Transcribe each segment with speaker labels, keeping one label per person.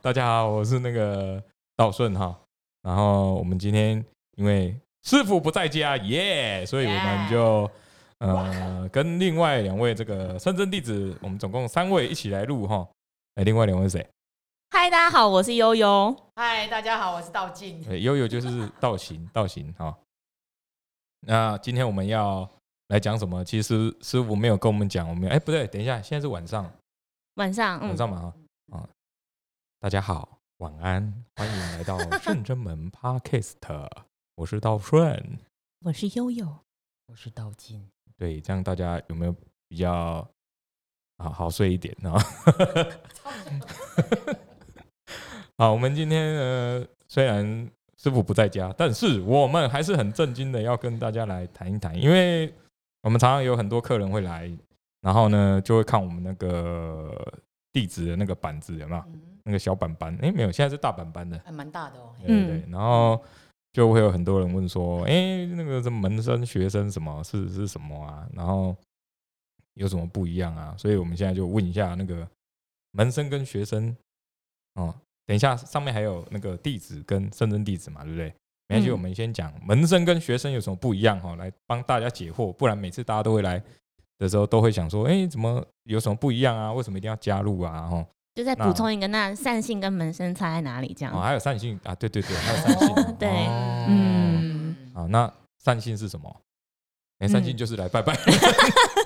Speaker 1: 大家好，我是那个道顺哈。然后我们今天因为师傅不在家，耶、所以我们
Speaker 2: Yeah
Speaker 1: 就呃跟另外两位这个深圳弟子，我们总共三位一起来录哈。哎，另外两位是谁？
Speaker 3: 嗨，大家好，我是悠悠。
Speaker 2: 嗨，大家好，我是道静。
Speaker 1: 哎悠悠就是道行，道行哈。那今天我们要来讲什么？其实师傅没有跟我们讲，我们哎不对，等一下，现在是晚上，
Speaker 3: 晚上，嗯
Speaker 1: 晚，上嘛哈啊，大家好，晚安， 欢迎来到顺真门 Podcast，我 是道顺。
Speaker 3: 我是悠悠。
Speaker 2: 我是道静。
Speaker 1: 对，这样大家有没有比较啊好睡一点啊？ 好，我们今天呢，虽然师傅不在家，但是我们还是很震惊的，要跟大家来谈一谈，因为我们常常有很多客人会来，然后呢就会看我们那个地址的那个板子有没有
Speaker 2: 嗯，
Speaker 1: 那个小板板？诶，没有，现在是大板板的。
Speaker 2: 还蛮大的哦。嘿
Speaker 1: 对
Speaker 3: 嗯
Speaker 1: 对对，然后就会有很多人问说，哎、那个什么门生学生什么是是什么啊？然后有什么不一样啊？所以我们现在就问一下那个门生跟学生，哦，等一下上面还有那个地址跟深圳地址嘛，对不对？没关系，
Speaker 3: 嗯
Speaker 1: 我们先讲门生跟学生有什么不一样哈、哦，来帮大家解惑，不然每次大家都会来的时候都会想说，哎、怎么有什么不一样啊？为什么一定要加入啊？哈、哦，
Speaker 3: 就再
Speaker 1: 那
Speaker 3: 补充一个，那善性跟门生差在哪里？这样，
Speaker 1: 哦，还有善性啊，对对对，还有善性，
Speaker 2: 哦
Speaker 3: 对
Speaker 1: 哦
Speaker 3: 嗯
Speaker 1: 啊，那善信是什么？哎、善信
Speaker 3: 嗯
Speaker 1: 就是来拜拜。
Speaker 2: 啊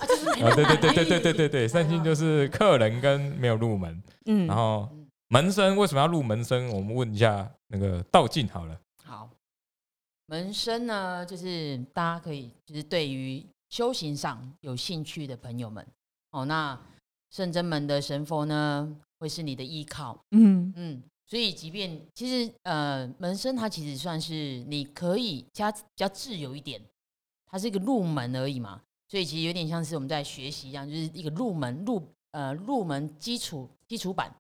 Speaker 2: 就是没
Speaker 1: 啊，
Speaker 2: 有
Speaker 1: 对对
Speaker 2: 买
Speaker 1: 对对对对对对，善信就
Speaker 2: 哎
Speaker 1: 是客人跟没有入门，
Speaker 3: 嗯
Speaker 1: 然后门生为什么要入门生？我们问一下那个道进好了。
Speaker 2: 好，门生呢，就是大家可以就是对于修行上有兴趣的朋友们，哦，那圣真门的神佛呢，会是你的依靠。
Speaker 3: 嗯
Speaker 2: 嗯，所以即便其实呃，门生它其实算是你可以加比较自由一点，它是一个入门而已嘛，所以其实有点像是我们在学习一样，就是一个入门入呃入门基础基础版。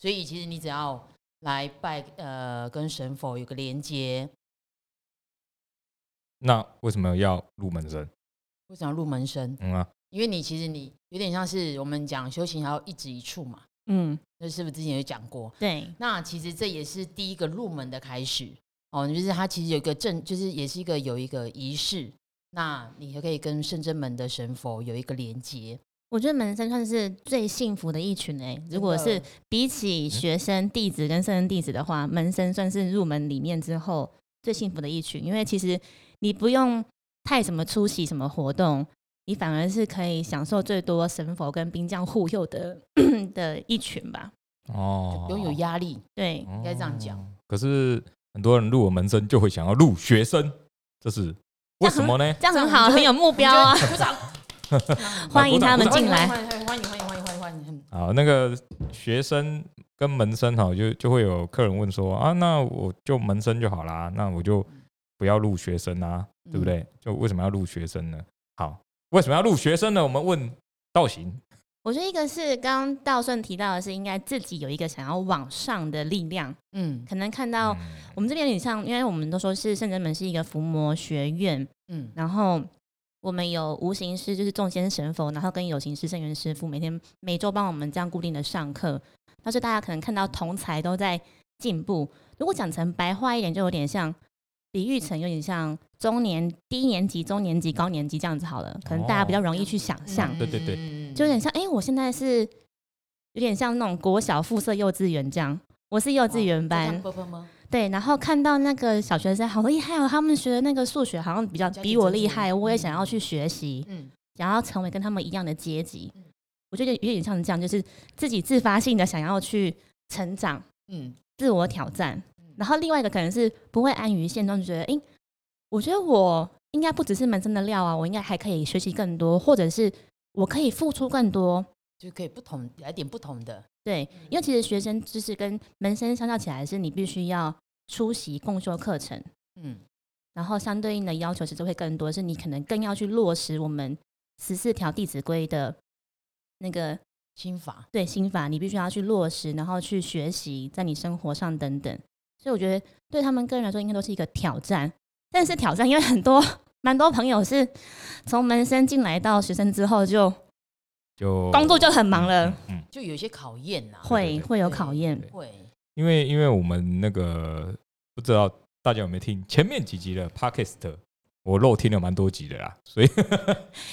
Speaker 2: 所以其实你只要来拜呃跟神佛有个连接，
Speaker 1: 那为什么要入门生？
Speaker 2: 为什么要入门生？
Speaker 1: 嗯啊，
Speaker 2: 因为你其实你有点像是我们讲修行还要一指一处嘛，
Speaker 3: 嗯，
Speaker 2: 那是不是之前有讲过？
Speaker 3: 对，
Speaker 2: 那其实这也是第一个入门的开始哦，就是它其实有一个正，就是也是一个有一个仪式，那你就可以跟圣真门的神佛有一个连接。
Speaker 3: 我觉得门生算是最幸福的一群诶、如果
Speaker 2: 真
Speaker 3: 是
Speaker 2: 的
Speaker 3: 比起学生弟子跟圣人弟子的话，门生算是入门里面之后最幸福的一群，因为其实你不用太什么出席什么活动，你反而是可以享受最多神佛跟兵将护佑的 的一群吧。
Speaker 1: 哦
Speaker 2: 就，不用有压力，
Speaker 3: 对，
Speaker 1: 哦
Speaker 2: 应该这样讲。
Speaker 1: 可是很多人入我门生就会想要入学生，这是为什么呢？
Speaker 3: 这样很好，很有目标啊！
Speaker 2: 鼓掌，
Speaker 3: 欢迎他们进来。
Speaker 2: 欢迎欢迎欢迎欢迎欢迎欢迎，
Speaker 1: 啊，那个学生跟门生哈，就就会有客人问说啊，那我就门生就好啦，那我就不要录学生啊，
Speaker 3: 嗯
Speaker 1: 对不对？就为什么要录学生呢？好，为什么要录学生呢？我们问道行，
Speaker 3: 我觉得一个是刚刚道顺提到的是，应该自己有一个想要往上的力量，
Speaker 2: 嗯
Speaker 3: 可能看到我们这边有点像，因为我们都说是圣真门是一个伏魔学院，
Speaker 2: 嗯
Speaker 3: 然后我们有无形师，就是众仙神佛，然后跟有形师圣元师傅每天每周帮我们这样固定的上课。但是大家可能看到同才都在进步，如果讲成白话一点，就有点像比喻成有点像中年低年级、中年级、高年级这样子好了，可能大家比较容易去想象，
Speaker 1: 对对对
Speaker 2: 对
Speaker 3: 就有点像哎、诶我现在是有点像那种国小附设幼稚园哦这样。我是幼稚园班，
Speaker 2: 啵啵吗？
Speaker 3: 对，然后看到那个小学生好厉害哦，他们学的那个数学好像比较
Speaker 2: 比较
Speaker 3: 比
Speaker 2: 竞
Speaker 3: 我
Speaker 2: 争
Speaker 3: 厉
Speaker 2: 力
Speaker 3: 害，我也想要
Speaker 2: 嗯
Speaker 3: 去学习，
Speaker 2: 嗯，
Speaker 3: 想要成为跟他们一样的阶级
Speaker 2: 嗯。
Speaker 3: 我觉得有点像这样，就是自己自发性的想要去成长，
Speaker 2: 嗯
Speaker 3: 自我挑战
Speaker 2: 嗯。
Speaker 3: 然后另外一个可能是不会安于现状，就觉得诶，我觉得我应该不只是门生的料啊，我应该还可以学习更多，或者是我可以付出更多。
Speaker 2: 就可以不同来点不同的，
Speaker 3: 对，因
Speaker 2: 嗯
Speaker 3: 为其实学生知识跟门生相较起来，是你必须要出席共修课程。
Speaker 2: 嗯
Speaker 3: 然后相对应的要求其实会更多，是你可能更要去落实我们十四条《弟子规》的那个
Speaker 2: 心法，
Speaker 3: 对心法，你必须要去落实，然后去学习，在你生活上等等。所以我觉得对他们个人来说，应该都是一个挑战，但是挑战，因为很多蛮多朋友是从门生进来到学生之后就，
Speaker 1: 就
Speaker 3: 工作就很忙了，
Speaker 1: 哦嗯，
Speaker 2: 就有一些考验呐，
Speaker 3: 会
Speaker 1: 对对
Speaker 3: 会有
Speaker 2: 对
Speaker 3: 考验。
Speaker 2: 会
Speaker 1: 因为因为我们那个不知道大家有没有听前面几集的 Podcast，我漏听了蛮多集的啦，所以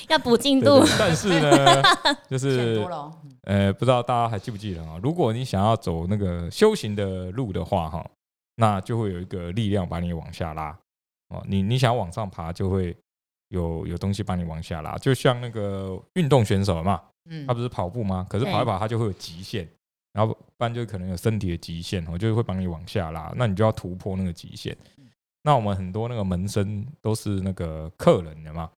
Speaker 3: 要补进
Speaker 1: 对
Speaker 3: 度
Speaker 1: 对， 但是呢，就
Speaker 2: 想
Speaker 1: 是
Speaker 2: 多了哦，嗯
Speaker 1: 呃，不知道大家还记不记得啊？如果你想要走那个修行的路的话，哈，那就会有一个力量把你往下拉哦。你你想往上爬，就会有有东西把你往下拉，就像那个运动选手嘛，
Speaker 2: 嗯，
Speaker 1: 他不是跑步吗？可是
Speaker 3: 对
Speaker 1: 跑一跑，他就会有极限，然后不然就可能有身体的极限，哦，就会帮你往下拉，那你就要突破那个极限。那我们很多那个门生都是那个客人的嘛，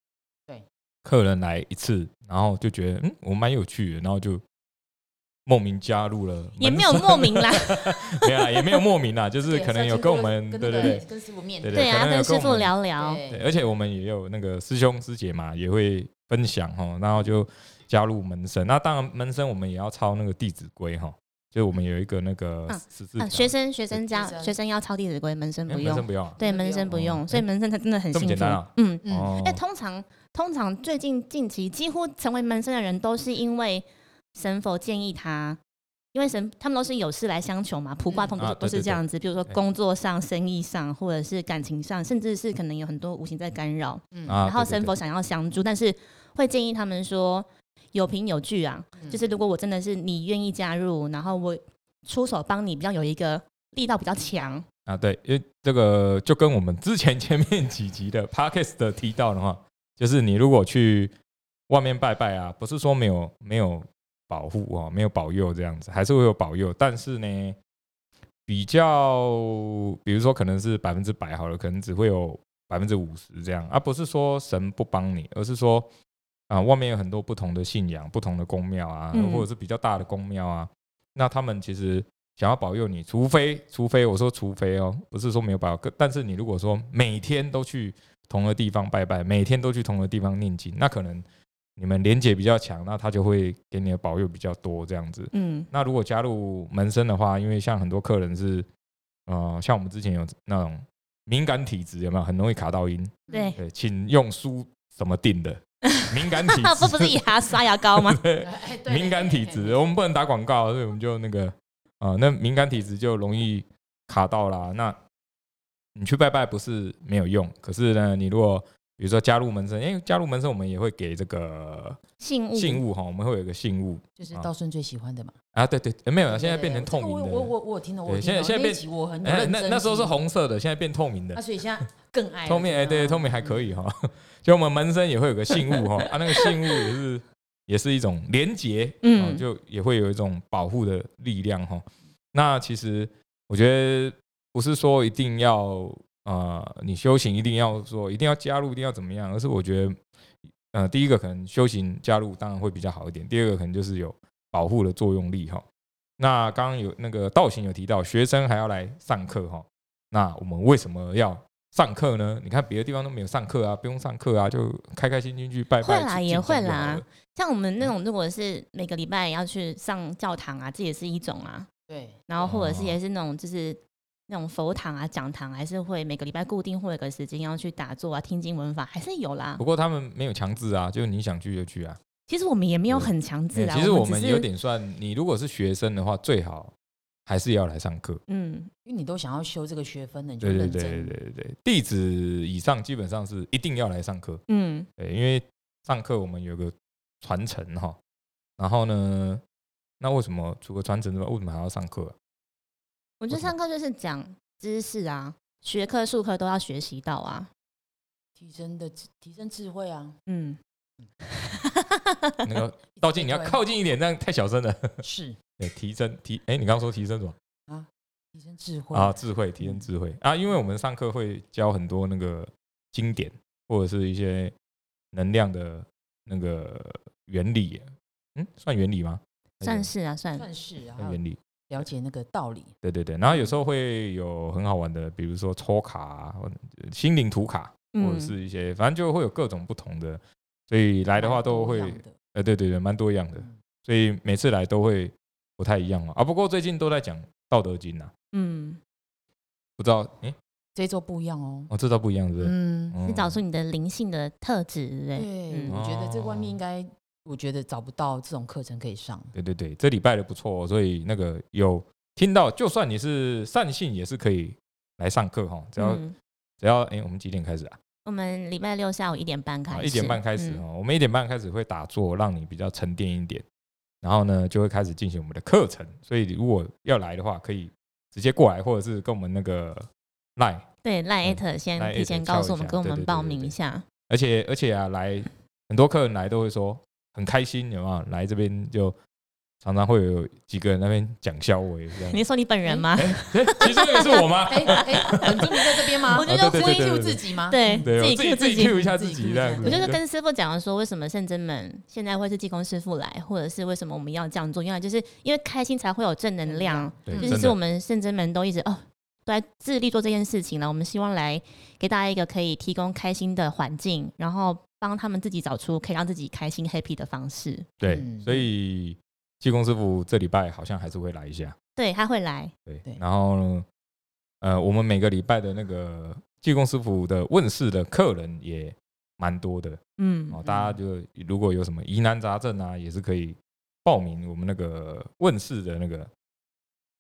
Speaker 2: 对，
Speaker 1: 客人来一次，然后就觉得嗯，我蛮有趣的，然后就莫名加入了门生，
Speaker 3: 也没有莫名啦。
Speaker 1: 没有啦，也没有莫名啦，就是
Speaker 2: 对
Speaker 1: 可能有
Speaker 2: 上次
Speaker 1: 跟我们
Speaker 2: 跟
Speaker 1: 对对
Speaker 2: 那个
Speaker 1: 对
Speaker 2: 跟师傅面
Speaker 1: 对
Speaker 3: 对啊，
Speaker 1: 可能有
Speaker 3: 跟师
Speaker 1: 跟我
Speaker 3: 傅
Speaker 1: 们
Speaker 3: 聊聊，
Speaker 1: 对，而且我们也有那个师兄师姐嘛，也会分享哈，然后就加入门生。那当然，门生我们也要抄那个《弟子规》哈，就是我们有一个那个
Speaker 3: 嗯
Speaker 1: 十四条
Speaker 3: 啊，学生学生家
Speaker 2: 学生
Speaker 3: 学生要抄《弟子规》，门生
Speaker 1: 哎
Speaker 3: 不
Speaker 1: 门生
Speaker 3: 用，
Speaker 1: 不用啊，
Speaker 3: 对，
Speaker 2: 门
Speaker 3: 门
Speaker 2: 生
Speaker 3: 生
Speaker 2: 不
Speaker 3: 不
Speaker 1: 用
Speaker 3: 用，
Speaker 1: 哦
Speaker 3: 所以门生他真的很
Speaker 1: 这么
Speaker 3: 幸
Speaker 1: 简
Speaker 3: 福
Speaker 1: 单啊。
Speaker 3: 嗯，
Speaker 2: 嗯
Speaker 1: 哦
Speaker 3: 哎，通常通常最近近期几乎成为门生的人都是因为神佛建议他。因为神他们都是有事来相求嘛，卜卦
Speaker 2: 嗯
Speaker 3: 通
Speaker 1: 啊
Speaker 3: 都都
Speaker 1: 对
Speaker 3: 是
Speaker 1: 对
Speaker 3: 这样子，比如说
Speaker 1: 对
Speaker 3: 工作上、生意上，或者是感情上，甚至是可能有很多无形在干扰。
Speaker 2: 嗯
Speaker 1: 啊
Speaker 3: 然后
Speaker 1: 对对
Speaker 3: 神佛想要相助，但是会建议他们说有凭有据啊，
Speaker 2: 嗯
Speaker 3: 就是如果我真的是你愿意加入，然后我出手帮你，比较有一个力道比较强，
Speaker 1: 啊，对，因为这个就跟我们之前前面几集的 podcast 的提到的话，就是你如果去外面拜拜啊，不是说没有没有保护哦，没有保佑这样子，还是会有保佑，但是呢，比较比如说可能是百分之百好了，可能只会有百分之五十这样，而、不是说神不帮你，而是说啊，外面有很多不同的信仰、不同的宫庙啊，
Speaker 3: 嗯
Speaker 1: 或者是比较大的宫庙啊，那他们其实想要保佑你，除非除非我说除非哦，不是说没有保佑，可但是你如果说每天都去同个地方拜拜，每天都去同个地方念经，那可能你们连结比较强，那他就会给你的保佑比较多这样子。
Speaker 3: 嗯，
Speaker 1: 那如果加入门生的话，因为像很多客人是，呃，像我们之前有那种敏感体质，有没有很容易卡到音？
Speaker 3: 对，
Speaker 1: 对，请用书怎么定的？敏 感体
Speaker 3: 不
Speaker 1: 质
Speaker 3: 不是牙刷牙膏吗？
Speaker 2: 哎对
Speaker 1: 敏感体质，我们不能打广告，所以我们就那个啊、呃那敏感体质就容易卡到啦。那你去拜拜不是没有用，可是呢，你如果比如说加入门生，因为加入门生我们也会给这个
Speaker 3: 信物，
Speaker 1: 信物哈，我们会有一个信物
Speaker 2: 就是道顺最喜欢的嘛。
Speaker 1: 啊，对对，呃没有
Speaker 2: 对
Speaker 1: 了，
Speaker 2: 对
Speaker 1: 现在变成
Speaker 2: 对
Speaker 1: 透明
Speaker 2: 这个我我
Speaker 1: 的，
Speaker 2: 我我有听到，我
Speaker 1: 对
Speaker 2: 有听
Speaker 1: 现在
Speaker 2: 到
Speaker 1: 现在
Speaker 2: 那一
Speaker 1: 变
Speaker 2: 集我很
Speaker 1: 哎，
Speaker 2: 认
Speaker 1: 那
Speaker 2: 真
Speaker 1: 那时候是
Speaker 2: 听，
Speaker 1: 红色的，现在变透明的
Speaker 2: 啊，，所以现在更爱
Speaker 1: 透明哎，对，透明还可
Speaker 2: 以。
Speaker 1: 以哈。就我们门生也会有个信物哈，啊，那个信物也是也是一种连结，嗯，
Speaker 3: 嗯
Speaker 1: 就也会有一种保护的力量哈。那其实我觉得不是说一定要呃，你修行一定要说一定要加入，一定要怎么样，而是我觉得呃，第一个可能修行加入当然会比较好一点，第二个可能就是有保护的作用力哈。那刚刚有那个道行有提到，学生还要来上课哈。那我们为什么要上课呢？你看别的地方都没有上课啊，不用上课啊，就开开心心去拜拜。
Speaker 3: 会啦
Speaker 1: 去
Speaker 3: 也
Speaker 1: 敬
Speaker 3: 会
Speaker 1: 神就好
Speaker 3: 啦
Speaker 1: 了。
Speaker 3: 像我们那种，如果是每个礼拜要去上教堂啊，这也是一种啊。
Speaker 2: 对，
Speaker 3: 然后或者是
Speaker 1: 哦
Speaker 3: 也是那种就是那种佛堂啊、讲堂，还是会每个礼拜固定会有个时间要去打坐啊、听经文法，还是有啦
Speaker 1: 不。过他们没有强制啊，就是你想去就去啊。
Speaker 3: 其实我们也没有很强制
Speaker 1: 嗯
Speaker 3: 啦，
Speaker 1: 其实我
Speaker 3: 只
Speaker 1: 们
Speaker 3: 是
Speaker 1: 有点算，你如果是学生的话，最好还是要来上课。
Speaker 3: 嗯，
Speaker 2: 因为你都想要修这个学分了，你就
Speaker 1: 对对
Speaker 2: 认
Speaker 1: 对
Speaker 2: 真。
Speaker 1: 对对对，弟子以上基本上是一定要来上课。
Speaker 3: 嗯，
Speaker 1: 对，因为上课我们有个传承哈，然后呢，那为什么除了传承之外，为什么还要上课啊、
Speaker 3: 我觉
Speaker 1: 为
Speaker 3: 得
Speaker 1: 什么
Speaker 3: 上课就是讲知识啊，学科、术科都要学习到啊。
Speaker 2: 提升的智提升智慧啊，
Speaker 3: 嗯，
Speaker 1: 那 个道静，你要靠近一点，这样太小声了。
Speaker 2: 是
Speaker 1: 对，提升提，哎、你刚刚说提升什么？
Speaker 2: 提升智慧
Speaker 1: 啊，，智慧，提升智慧啊，因为我们上课会教很多那个经典或者是一些能量的那个原理，嗯，算原理吗？
Speaker 3: 算是啊，算
Speaker 2: 算是
Speaker 1: 算
Speaker 2: 啊，
Speaker 1: 原理，
Speaker 2: 了解那个道理。
Speaker 1: 对对对。然后有时候会有很好玩的，比如说抽卡、啊、或者心灵图卡，或者
Speaker 3: 嗯，
Speaker 1: 是一些，反正就会有各种不同的，所以来的话都会
Speaker 2: 蛮多样，的
Speaker 1: 呃，对对对，蛮多样的，
Speaker 2: 嗯
Speaker 1: 所以每次来都会不太一样嘛。啊，不过最近都在讲《道德经》呐，
Speaker 3: 嗯，
Speaker 1: 不知道，哎，
Speaker 2: 这一周不一样哦。
Speaker 1: 哦，这道不一样是不是？
Speaker 2: 嗯，
Speaker 1: 嗯
Speaker 3: 是找出你的灵性的特质，对不对？
Speaker 2: 对，
Speaker 3: 嗯
Speaker 2: 我觉得这外
Speaker 1: 哦
Speaker 2: 面应该， 我觉得找不到这种课程可以上。
Speaker 1: 对对对，这礼拜的不错哦、所以那个有听到，就算你是善信，也是可以来上课哈。只要、
Speaker 3: 嗯
Speaker 1: 只要，哎、我们几点开始啊？
Speaker 3: 我们礼拜六下午一点半开
Speaker 1: 啊，
Speaker 3: 始，
Speaker 1: 一点半开始
Speaker 3: 嗯
Speaker 1: 哦，我们一点半开始会打坐，让你比较沉淀一点，然后呢就会开始进行我们的课程。所以如果要来的话，可以直接过来，或者是跟我们那个 line，
Speaker 3: 对，赖艾
Speaker 1: 嗯
Speaker 3: 特先
Speaker 1: 赖
Speaker 3: 提
Speaker 1: at
Speaker 3: 前
Speaker 1: 敲
Speaker 3: 告
Speaker 1: 一
Speaker 3: 诉我们，
Speaker 1: 下
Speaker 3: 跟我
Speaker 1: 对对
Speaker 3: 们
Speaker 1: 对
Speaker 3: 报
Speaker 1: 对
Speaker 3: 名
Speaker 1: 对
Speaker 3: 一下。
Speaker 1: 而且而且啊，来很多客人来都会说很开心，有没有？来这边就常常会有几个人那边讲笑我这样。
Speaker 3: 你说你本人
Speaker 2: 哎
Speaker 3: 吗？
Speaker 1: 诶其实那个是我吗？
Speaker 2: 哎哎，本尊你在这边 吗？
Speaker 3: 我觉
Speaker 1: 得
Speaker 2: 要
Speaker 1: 啊对对对
Speaker 2: 呼应
Speaker 1: 对
Speaker 2: Q
Speaker 1: 对
Speaker 2: 自己吗？
Speaker 3: 对，
Speaker 1: 对，我
Speaker 3: 己
Speaker 1: 自
Speaker 3: Q
Speaker 1: 自己 Q 一下自己这样子。
Speaker 3: 我就是
Speaker 1: 对
Speaker 3: 跟师傅讲说，为什么圣真门现在会是济公师傅来，或者是为什么我们要这样做？原来就是因为开心才会有正能量，
Speaker 1: 对
Speaker 2: 嗯
Speaker 1: 真
Speaker 3: 就
Speaker 1: 的
Speaker 3: 是是我们圣真门都一直哦都在致力做这件事情了。我们希望来给大家一个可以提供开心的环境，然后帮他们自己找出可以让自己开心 happy 的方式。
Speaker 1: 对
Speaker 2: 嗯，
Speaker 1: 所以济公师傅这礼拜好像还是会来一下。
Speaker 3: 对，他会来，
Speaker 1: 对
Speaker 2: 对，
Speaker 1: 然后呢呃，我们每个礼拜的那个济公师傅的问世的客人也蛮多的
Speaker 3: 嗯，
Speaker 1: 哦，大家就如果有什么疑难杂症啊，也是可以报名我们那个问世的那个，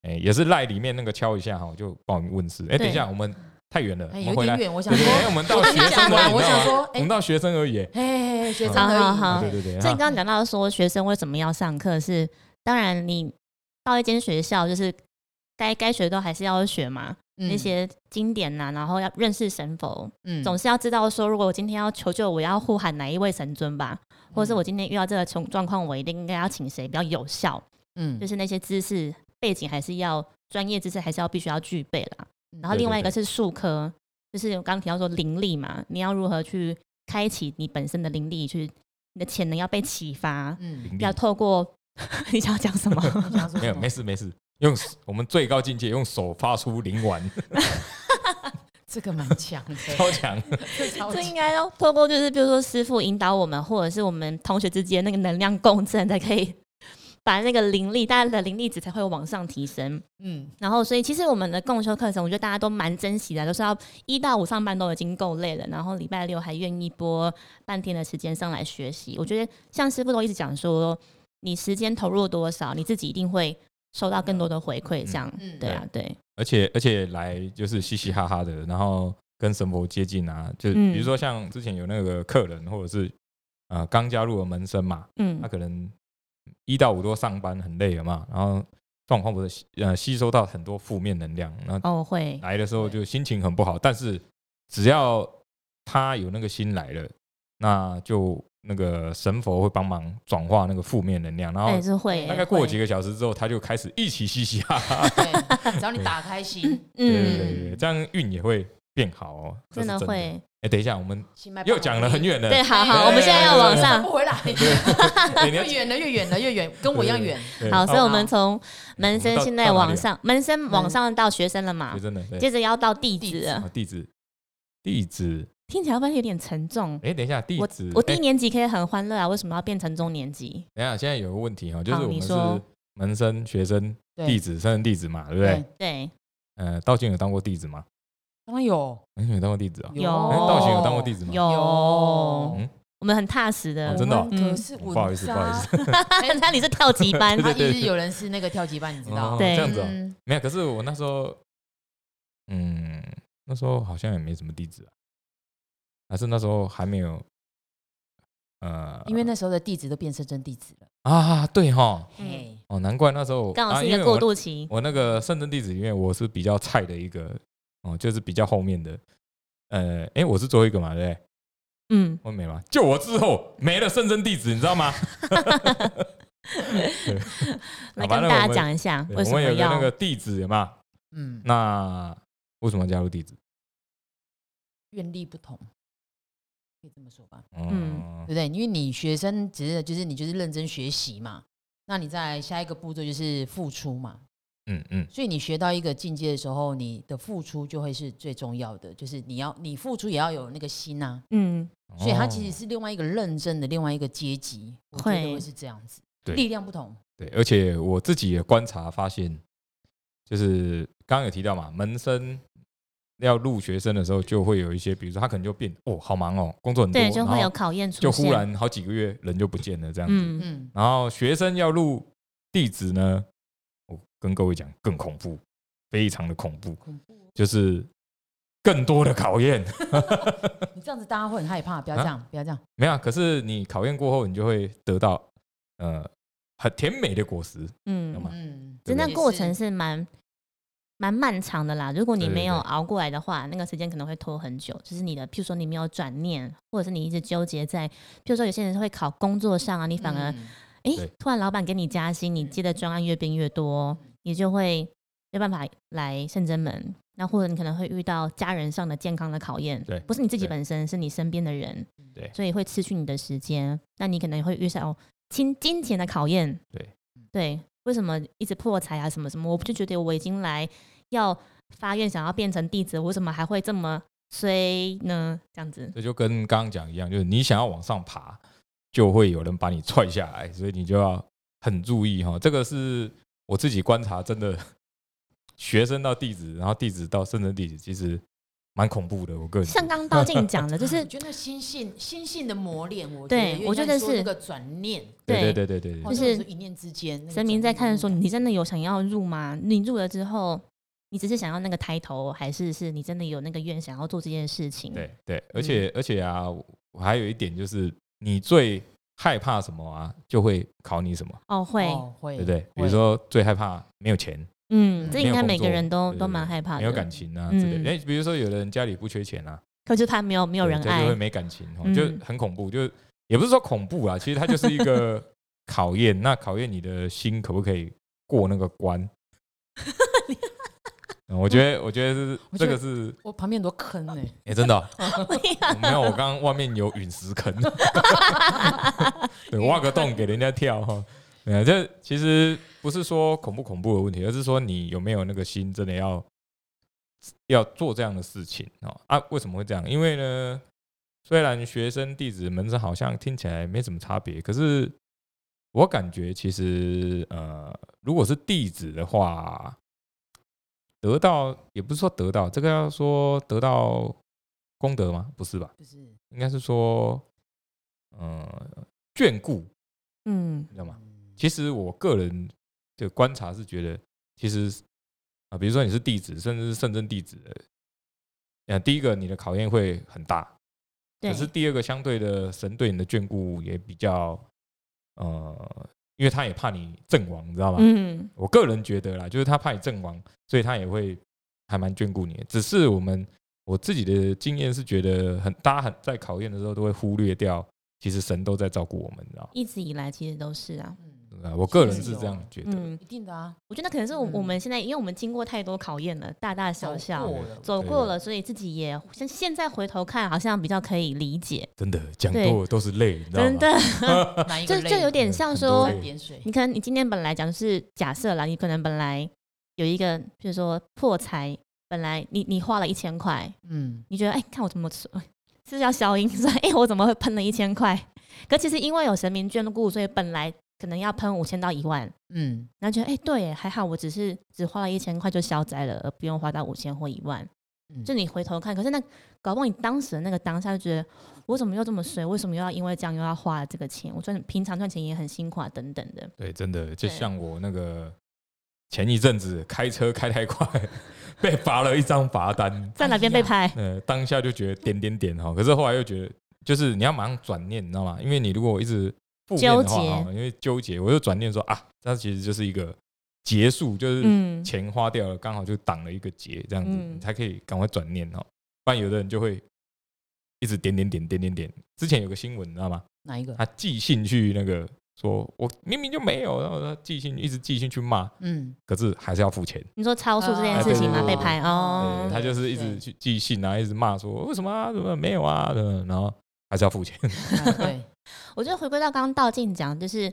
Speaker 1: 哎、也是赖里面那个敲一下哈，就报名问世。哎、
Speaker 3: 对
Speaker 1: 等一下，我们太远了，我
Speaker 2: 哎，有
Speaker 1: 们回来
Speaker 2: 点。远，我想
Speaker 1: 对对对，哎
Speaker 2: 说，
Speaker 1: 我们到
Speaker 2: 我
Speaker 1: 学
Speaker 2: 跟你
Speaker 1: 生
Speaker 2: 讲
Speaker 1: 而已，
Speaker 2: 完，我
Speaker 1: 你知道
Speaker 2: 想
Speaker 1: 吗
Speaker 2: 说，
Speaker 1: 我
Speaker 2: 哎
Speaker 1: 们到学生而已。啊
Speaker 2: 哎哎，哎学生
Speaker 3: 好好
Speaker 2: 而已
Speaker 3: 好
Speaker 1: 对对对，
Speaker 3: 所
Speaker 1: 哈
Speaker 3: 以你刚刚讲到说，学生为什么要上课是？当然，你到一间学校，就是该该学都还是要学嘛，
Speaker 2: 嗯
Speaker 3: 那些经典呐、然后要认识神佛，
Speaker 2: 嗯
Speaker 3: 总是要知道说，如果我今天要求救，我要呼喊哪一位神尊吧，
Speaker 1: 嗯
Speaker 3: 或者是我今天遇到这个穷状况，我一定应该要请谁比较有效，
Speaker 2: 嗯
Speaker 3: 就，是那些知识背景还是要专业知识还是要必须要具备啦。
Speaker 2: 嗯
Speaker 3: 然后
Speaker 1: 对
Speaker 3: 另外
Speaker 1: 对
Speaker 3: 一个
Speaker 1: 对
Speaker 3: 是术科，就是我刚刚提到说灵力嘛，你要如何去开启你本身的灵力，去你的潜能要被启发，
Speaker 2: 嗯，
Speaker 1: 灵力
Speaker 3: 要透过 你想要讲 什么？
Speaker 2: 你想说
Speaker 1: 没有，没
Speaker 2: 事，
Speaker 1: 事没事，用手我们最高境界，用手发出灵丸，
Speaker 2: 这个蛮强的，
Speaker 1: 超强。
Speaker 2: 这超
Speaker 3: 这
Speaker 2: 强
Speaker 3: 应该要透过就是比如说师傅引导我们，或者是我们同学之间那个能量共振，才可以把那个灵力，大家的灵力值才会往上提升。
Speaker 2: 嗯
Speaker 3: 然后，所以其实我们的共修课程，我觉得大家都蛮珍惜的，都是要一到五上班都已经够累了，然后礼拜六还愿意拨半天的时间上来学习。我觉得像师傅都一直讲说，你时间投入多少，你自己一定会收到更多的回馈。这样，
Speaker 2: 嗯
Speaker 3: 对啊，对，
Speaker 1: 而且而且来就是嘻嘻哈哈的，然后跟神佛接近啊，就
Speaker 3: 嗯
Speaker 1: 比如说像之前有那个客人，或者是呃刚加入的门生嘛，
Speaker 3: 嗯
Speaker 1: 他
Speaker 2: 啊
Speaker 1: 可能一到五都上班很累了嘛，然后状况不是吸呃吸收到很多负面能量，然后
Speaker 3: 哦，会，
Speaker 1: 来的时候就心情很不好，但是只要他有那个心来了，那就那个神佛会帮忙转化那个负面能量，然后
Speaker 3: 哎，是会，
Speaker 1: 大概过
Speaker 3: 会
Speaker 1: 几个小时之后，他就开始一起嘻嘻哈哈，
Speaker 2: 对，只要你打开心，
Speaker 1: 对对对
Speaker 3: 嗯，
Speaker 1: 对，这样运也会变好哦，这
Speaker 3: 真
Speaker 1: 是
Speaker 3: 的
Speaker 1: 真的。
Speaker 3: 会，
Speaker 1: 哎，等一下，我们
Speaker 2: 心脉
Speaker 1: 又讲了很远了，
Speaker 3: 对，好好，
Speaker 1: 对哎
Speaker 3: 我们现在要往上
Speaker 2: 不。回来，
Speaker 1: 哎，你要
Speaker 2: 越远了，越远了，越远，跟我一样远。
Speaker 1: 对
Speaker 3: 好，所以我
Speaker 2: 好
Speaker 3: 们
Speaker 1: 哎
Speaker 3: 从门生现在往上，门生往
Speaker 2: 门
Speaker 3: 上到学生了嘛
Speaker 1: 啊嗯对，，真的对。
Speaker 3: 接着要到弟
Speaker 2: 弟
Speaker 3: 子
Speaker 2: 子
Speaker 3: 了，
Speaker 1: 啊，地址，地址，
Speaker 3: 听起来会不会有点沉重？
Speaker 1: 哎，等一下，地
Speaker 3: 我
Speaker 1: 址，
Speaker 3: 我第
Speaker 1: 哎
Speaker 3: 一年级可以很欢乐啊，为什么要变成中年级？
Speaker 1: 等一下，现在有个问题哈，哦就是
Speaker 3: 好
Speaker 1: 我
Speaker 3: 你
Speaker 1: 们
Speaker 3: 说
Speaker 1: 是门生、学生、
Speaker 2: 对
Speaker 1: 弟子、生人弟子嘛，对不对？
Speaker 3: 对，
Speaker 1: 呃，道静有当过弟子吗？
Speaker 2: 当然有，
Speaker 1: 哎你有当过弟子啊？
Speaker 3: 有
Speaker 1: 哎，道玄有当过弟子吗？
Speaker 3: 有，嗯
Speaker 2: 有
Speaker 1: 嗯
Speaker 3: 我们很踏实的
Speaker 1: 哦，真的哦
Speaker 2: 我们可是啊哎
Speaker 1: 哦不好意思
Speaker 2: 稳
Speaker 1: 不
Speaker 2: 扎
Speaker 1: 好意
Speaker 3: 那 你是跳级班啊
Speaker 1: 对，
Speaker 2: 他
Speaker 1: 对
Speaker 2: 一直有人是那个跳级班，你知道
Speaker 1: 哦？
Speaker 3: 对
Speaker 1: 这样子哦，
Speaker 2: 嗯
Speaker 1: 没有。可是我那时候，嗯，那时候好像也没什么弟子啊，还是那时候还没有，呃，
Speaker 2: 因为那时候的弟子都变成真弟子了。
Speaker 1: 啊，对哈，
Speaker 2: 嘿，
Speaker 3: 嗯
Speaker 1: 哦，难怪那时候
Speaker 3: 刚好
Speaker 1: 啊
Speaker 3: 是一
Speaker 1: 因
Speaker 3: 个
Speaker 1: 为
Speaker 3: 过
Speaker 1: 我
Speaker 3: 渡期。
Speaker 1: 我那个圣真弟子里面，我是比较菜的一个，哦，就是比较后面的。呃，哎、我是最后一个嘛，对不对？
Speaker 3: 嗯，
Speaker 1: 我没嘛，就我之后没了圣真弟子，你知道吗？
Speaker 3: 来
Speaker 1: 好吧
Speaker 3: 跟
Speaker 1: 那
Speaker 3: 大
Speaker 1: 啊我
Speaker 3: 家
Speaker 1: 们
Speaker 3: 讲一下
Speaker 1: 对
Speaker 3: 为什
Speaker 1: 我
Speaker 3: 么
Speaker 1: 们有个那个
Speaker 3: 要
Speaker 1: 弟子嘛，
Speaker 2: 嗯，
Speaker 1: 那为什么要加入弟子？
Speaker 2: 愿力不同，可以这么说吧，
Speaker 1: 嗯
Speaker 2: 对，不对？因为你学生只是就是你就是认真学习嘛，那你在下一个步骤就是付出嘛。
Speaker 1: 嗯嗯，
Speaker 2: 所以你学到一个境界的时候，你的付出就会是最重要的，就是你要你付出也要有那个心啊。
Speaker 3: 嗯，
Speaker 2: 所以它
Speaker 1: 哦
Speaker 2: 其实是另外一个认真的另外一个阶级，我觉得
Speaker 3: 会
Speaker 2: 会是这样子，
Speaker 1: 对
Speaker 2: 力量不同，
Speaker 1: 对，而且我自己也观察发现，就是刚刚有提到嘛，门生要录学生的时候，就会有一些，比如说他可能就变哦，好忙哦，工作很多，
Speaker 3: 对，就
Speaker 1: 然
Speaker 3: 会
Speaker 1: 后
Speaker 3: 有考验出
Speaker 1: 就
Speaker 3: 现。
Speaker 1: 忽然好几个月人就不见了这样子。
Speaker 3: 嗯，
Speaker 2: 嗯，
Speaker 1: 然后学生要录弟子呢，我跟各位讲更恐怖，非常的恐怖，
Speaker 2: 恐怖！
Speaker 1: 就是更多的考验。
Speaker 2: 你这样子大家会很害怕，不要这样，不 要这样。
Speaker 1: 没有啊，可是你考验过后，你就会得到呃很甜美的果实。懂
Speaker 3: 嗯
Speaker 1: 吗，
Speaker 2: 嗯，
Speaker 3: 真的
Speaker 2: 也
Speaker 3: 过
Speaker 2: 是
Speaker 3: 程是蛮蛮漫长的啦。如果你
Speaker 1: 对对
Speaker 3: 没有
Speaker 1: 对
Speaker 3: 熬过来的话，那个时间可能会拖很久。就是你的，譬如说你没有转念，或者是你一直纠结在，譬如说有些人会考工作上啊，你反而
Speaker 2: 嗯
Speaker 3: 诶，
Speaker 1: 对
Speaker 3: 突然老板给你加薪，你接的专案越变越多，你就会没办法来圣真门。那或者你可能会遇到家人上的健康的考验，
Speaker 1: 对
Speaker 3: 不是你自己
Speaker 1: 对
Speaker 3: 本身，是你身边的人，
Speaker 1: 对
Speaker 3: 所以会失去你的时间。那你可能会遇上哦金金钱的考验，
Speaker 1: 对
Speaker 3: 对，为什么一直破财啊什么什么？我就觉得我已经来要发愿想要变成弟子，我为什么还会这么衰呢？这样子，
Speaker 1: 这就跟刚刚讲一样，就是你想要往上爬，就会有人把你 踹下来，所以你就要很注意哈。这个是我自己观察，真的学生到弟子，然后弟子到甚至弟子，其实蛮恐怖的。我个人觉
Speaker 3: 像
Speaker 1: 得
Speaker 3: 刚刚道静讲呃的，就
Speaker 2: 啊我
Speaker 3: 是
Speaker 2: 觉得心性心性的磨练，我
Speaker 3: 对
Speaker 2: 觉得
Speaker 3: 我觉得是
Speaker 2: 那个转念，
Speaker 1: 对
Speaker 3: 对哦
Speaker 1: 对对对对
Speaker 2: 哇
Speaker 1: 对，
Speaker 3: 就是
Speaker 2: 那个一念之间，那个
Speaker 3: 神明在
Speaker 2: 转念
Speaker 3: 看
Speaker 2: 那
Speaker 3: 说，
Speaker 2: 种
Speaker 3: 你真的有想要入吗？你入了之后，你只是想要那个抬头，还是是你真的有那个愿想要做这件事情？
Speaker 1: 对对，
Speaker 3: 嗯
Speaker 1: 而且而且啊，我还有一点就是，你最害怕什么啊，就会考你什么，
Speaker 3: 哦，会，
Speaker 2: 哦会，
Speaker 1: 对不对？比如
Speaker 2: 会
Speaker 1: 说最害怕没有钱，
Speaker 3: 嗯，
Speaker 2: 嗯
Speaker 3: 这
Speaker 1: 没有
Speaker 3: 应该
Speaker 1: 工
Speaker 3: 每个
Speaker 1: 作
Speaker 3: 人都
Speaker 1: 对对
Speaker 3: 都
Speaker 1: 对
Speaker 3: 蛮害怕的，
Speaker 1: 没有感情啊之类
Speaker 3: 嗯
Speaker 1: 的。哎，比如说有的人家里不缺钱啊，
Speaker 3: 可是怕没有没有
Speaker 1: 对
Speaker 3: 人
Speaker 1: 这就会
Speaker 3: 爱，
Speaker 1: 没感情哦，
Speaker 3: 嗯
Speaker 1: 就很恐怖，就也不是说恐怖啊，其实它就是一 个考验，那考验你的心可不可以过那个 关。嗯我觉得，我觉得是
Speaker 2: 我觉
Speaker 1: 这
Speaker 2: 得
Speaker 1: 个是，
Speaker 2: 我旁边很多坑欸呢，
Speaker 1: 哎，真的哦没 有，我刚刚外面有陨石 坑，对，挖个洞给人家跳哈。对啊，这其实不是说恐不恐怖的问题，而是说你有没有那个心，真的要要做这样的事情哦。啊，为什么会这样？因为呢，虽然学生弟子门生好像听起来没什么差别，可是我感觉其实呃，如果是弟子的话，得到也不是说得到，这个要说得到功德吗？不是吧？
Speaker 2: 就是
Speaker 1: 应该是说，呃，眷顾，
Speaker 3: 嗯
Speaker 1: 你知道吗？
Speaker 2: 嗯
Speaker 1: 其实我个人的观察是觉得，其实啊、比如说你是弟子，甚至是圣真弟子的，呃，第一个你的考验会很大，
Speaker 3: 对
Speaker 1: 可，是第二个相对的神对你的眷顾也比较，呃，因为他也怕你阵亡，你知道吗？
Speaker 3: 嗯，
Speaker 1: 我个人觉得啦，就是他怕你阵亡，所以他也会还蛮眷顾你的。只是我们我自己的经验是觉得很，大家很在考验的时候都会忽略掉，其实神都在照顾我们，你知道吗
Speaker 3: 一直以来其实都是啊，
Speaker 2: 嗯，
Speaker 1: 呃？我个人是这哦样觉得。
Speaker 3: 嗯
Speaker 2: 一，定的啊，
Speaker 3: 我觉得可能是我
Speaker 2: 嗯
Speaker 3: 我们现在，因为我们经过太多考验了，大大小小
Speaker 2: 走过了
Speaker 3: 走
Speaker 1: 对
Speaker 3: 过了，所以自己也像现在回头看，好像比较可以理解，真的
Speaker 1: 讲
Speaker 3: 多
Speaker 1: 都是泪，你知
Speaker 3: 真的，
Speaker 2: 哪一个
Speaker 3: 就就有点像
Speaker 1: 很
Speaker 3: 说
Speaker 1: 多
Speaker 2: 三
Speaker 1: 泪
Speaker 2: 点水，
Speaker 3: 你可能你今天本来讲的是假设啦，你可能本来有一个，比如说破财，本来你你花了一千块，
Speaker 2: 嗯，
Speaker 3: 你觉得哎、看我怎么是不 是要消音？ 说哎、我怎么会喷了一千块？可其实因为有神明眷顾，所以本来可能要喷五千到一万，
Speaker 2: 嗯，
Speaker 3: 然后觉得哎、对耶，还好我只是只花了一千块就消灾了，而不用花到五千或一万。
Speaker 2: 嗯
Speaker 3: 就你回头看，可是那搞不好你当时的那个当下就觉得，我怎么又这么衰？为什么又要因为这样又要花了这个钱？我赚平常赚钱也很辛苦啊，等等的。
Speaker 1: 对，真的就
Speaker 3: 对
Speaker 1: 像我那个前一阵子开车开太 快，被罚了一张罚单，
Speaker 3: 在哪边被拍？
Speaker 1: 呃，当下就觉得点点点哈，可是后来又觉得，就是你要马上转念，你知道吗？因为你如果一直负面的话哦
Speaker 3: 纠结
Speaker 1: 哈，因为纠结，我就转念说啊，它其实就是一个结束，就是
Speaker 3: 嗯，
Speaker 1: 钱花掉了，刚好就挡了一个结，这样子、
Speaker 3: 嗯
Speaker 1: 你才可以赶快转念哦。不然有的人就会一直点点点点点点。之前有个新闻，你知道吗？
Speaker 2: 哪一个？
Speaker 1: 他寄信去那个说，我明明就没有，然后他寄信一直寄信去骂，
Speaker 2: 嗯，
Speaker 1: 可是还是要付钱。
Speaker 3: 你说超速这件事情吗？
Speaker 1: 啊对对对
Speaker 3: 被拍
Speaker 1: 对，
Speaker 3: 哦，
Speaker 1: 他就是一直去寄信啊，一直骂说为什么啊，怎么没有啊，嗯然后还是要付钱。
Speaker 2: 啊对，
Speaker 3: 我觉得回归到刚刚道静讲，就是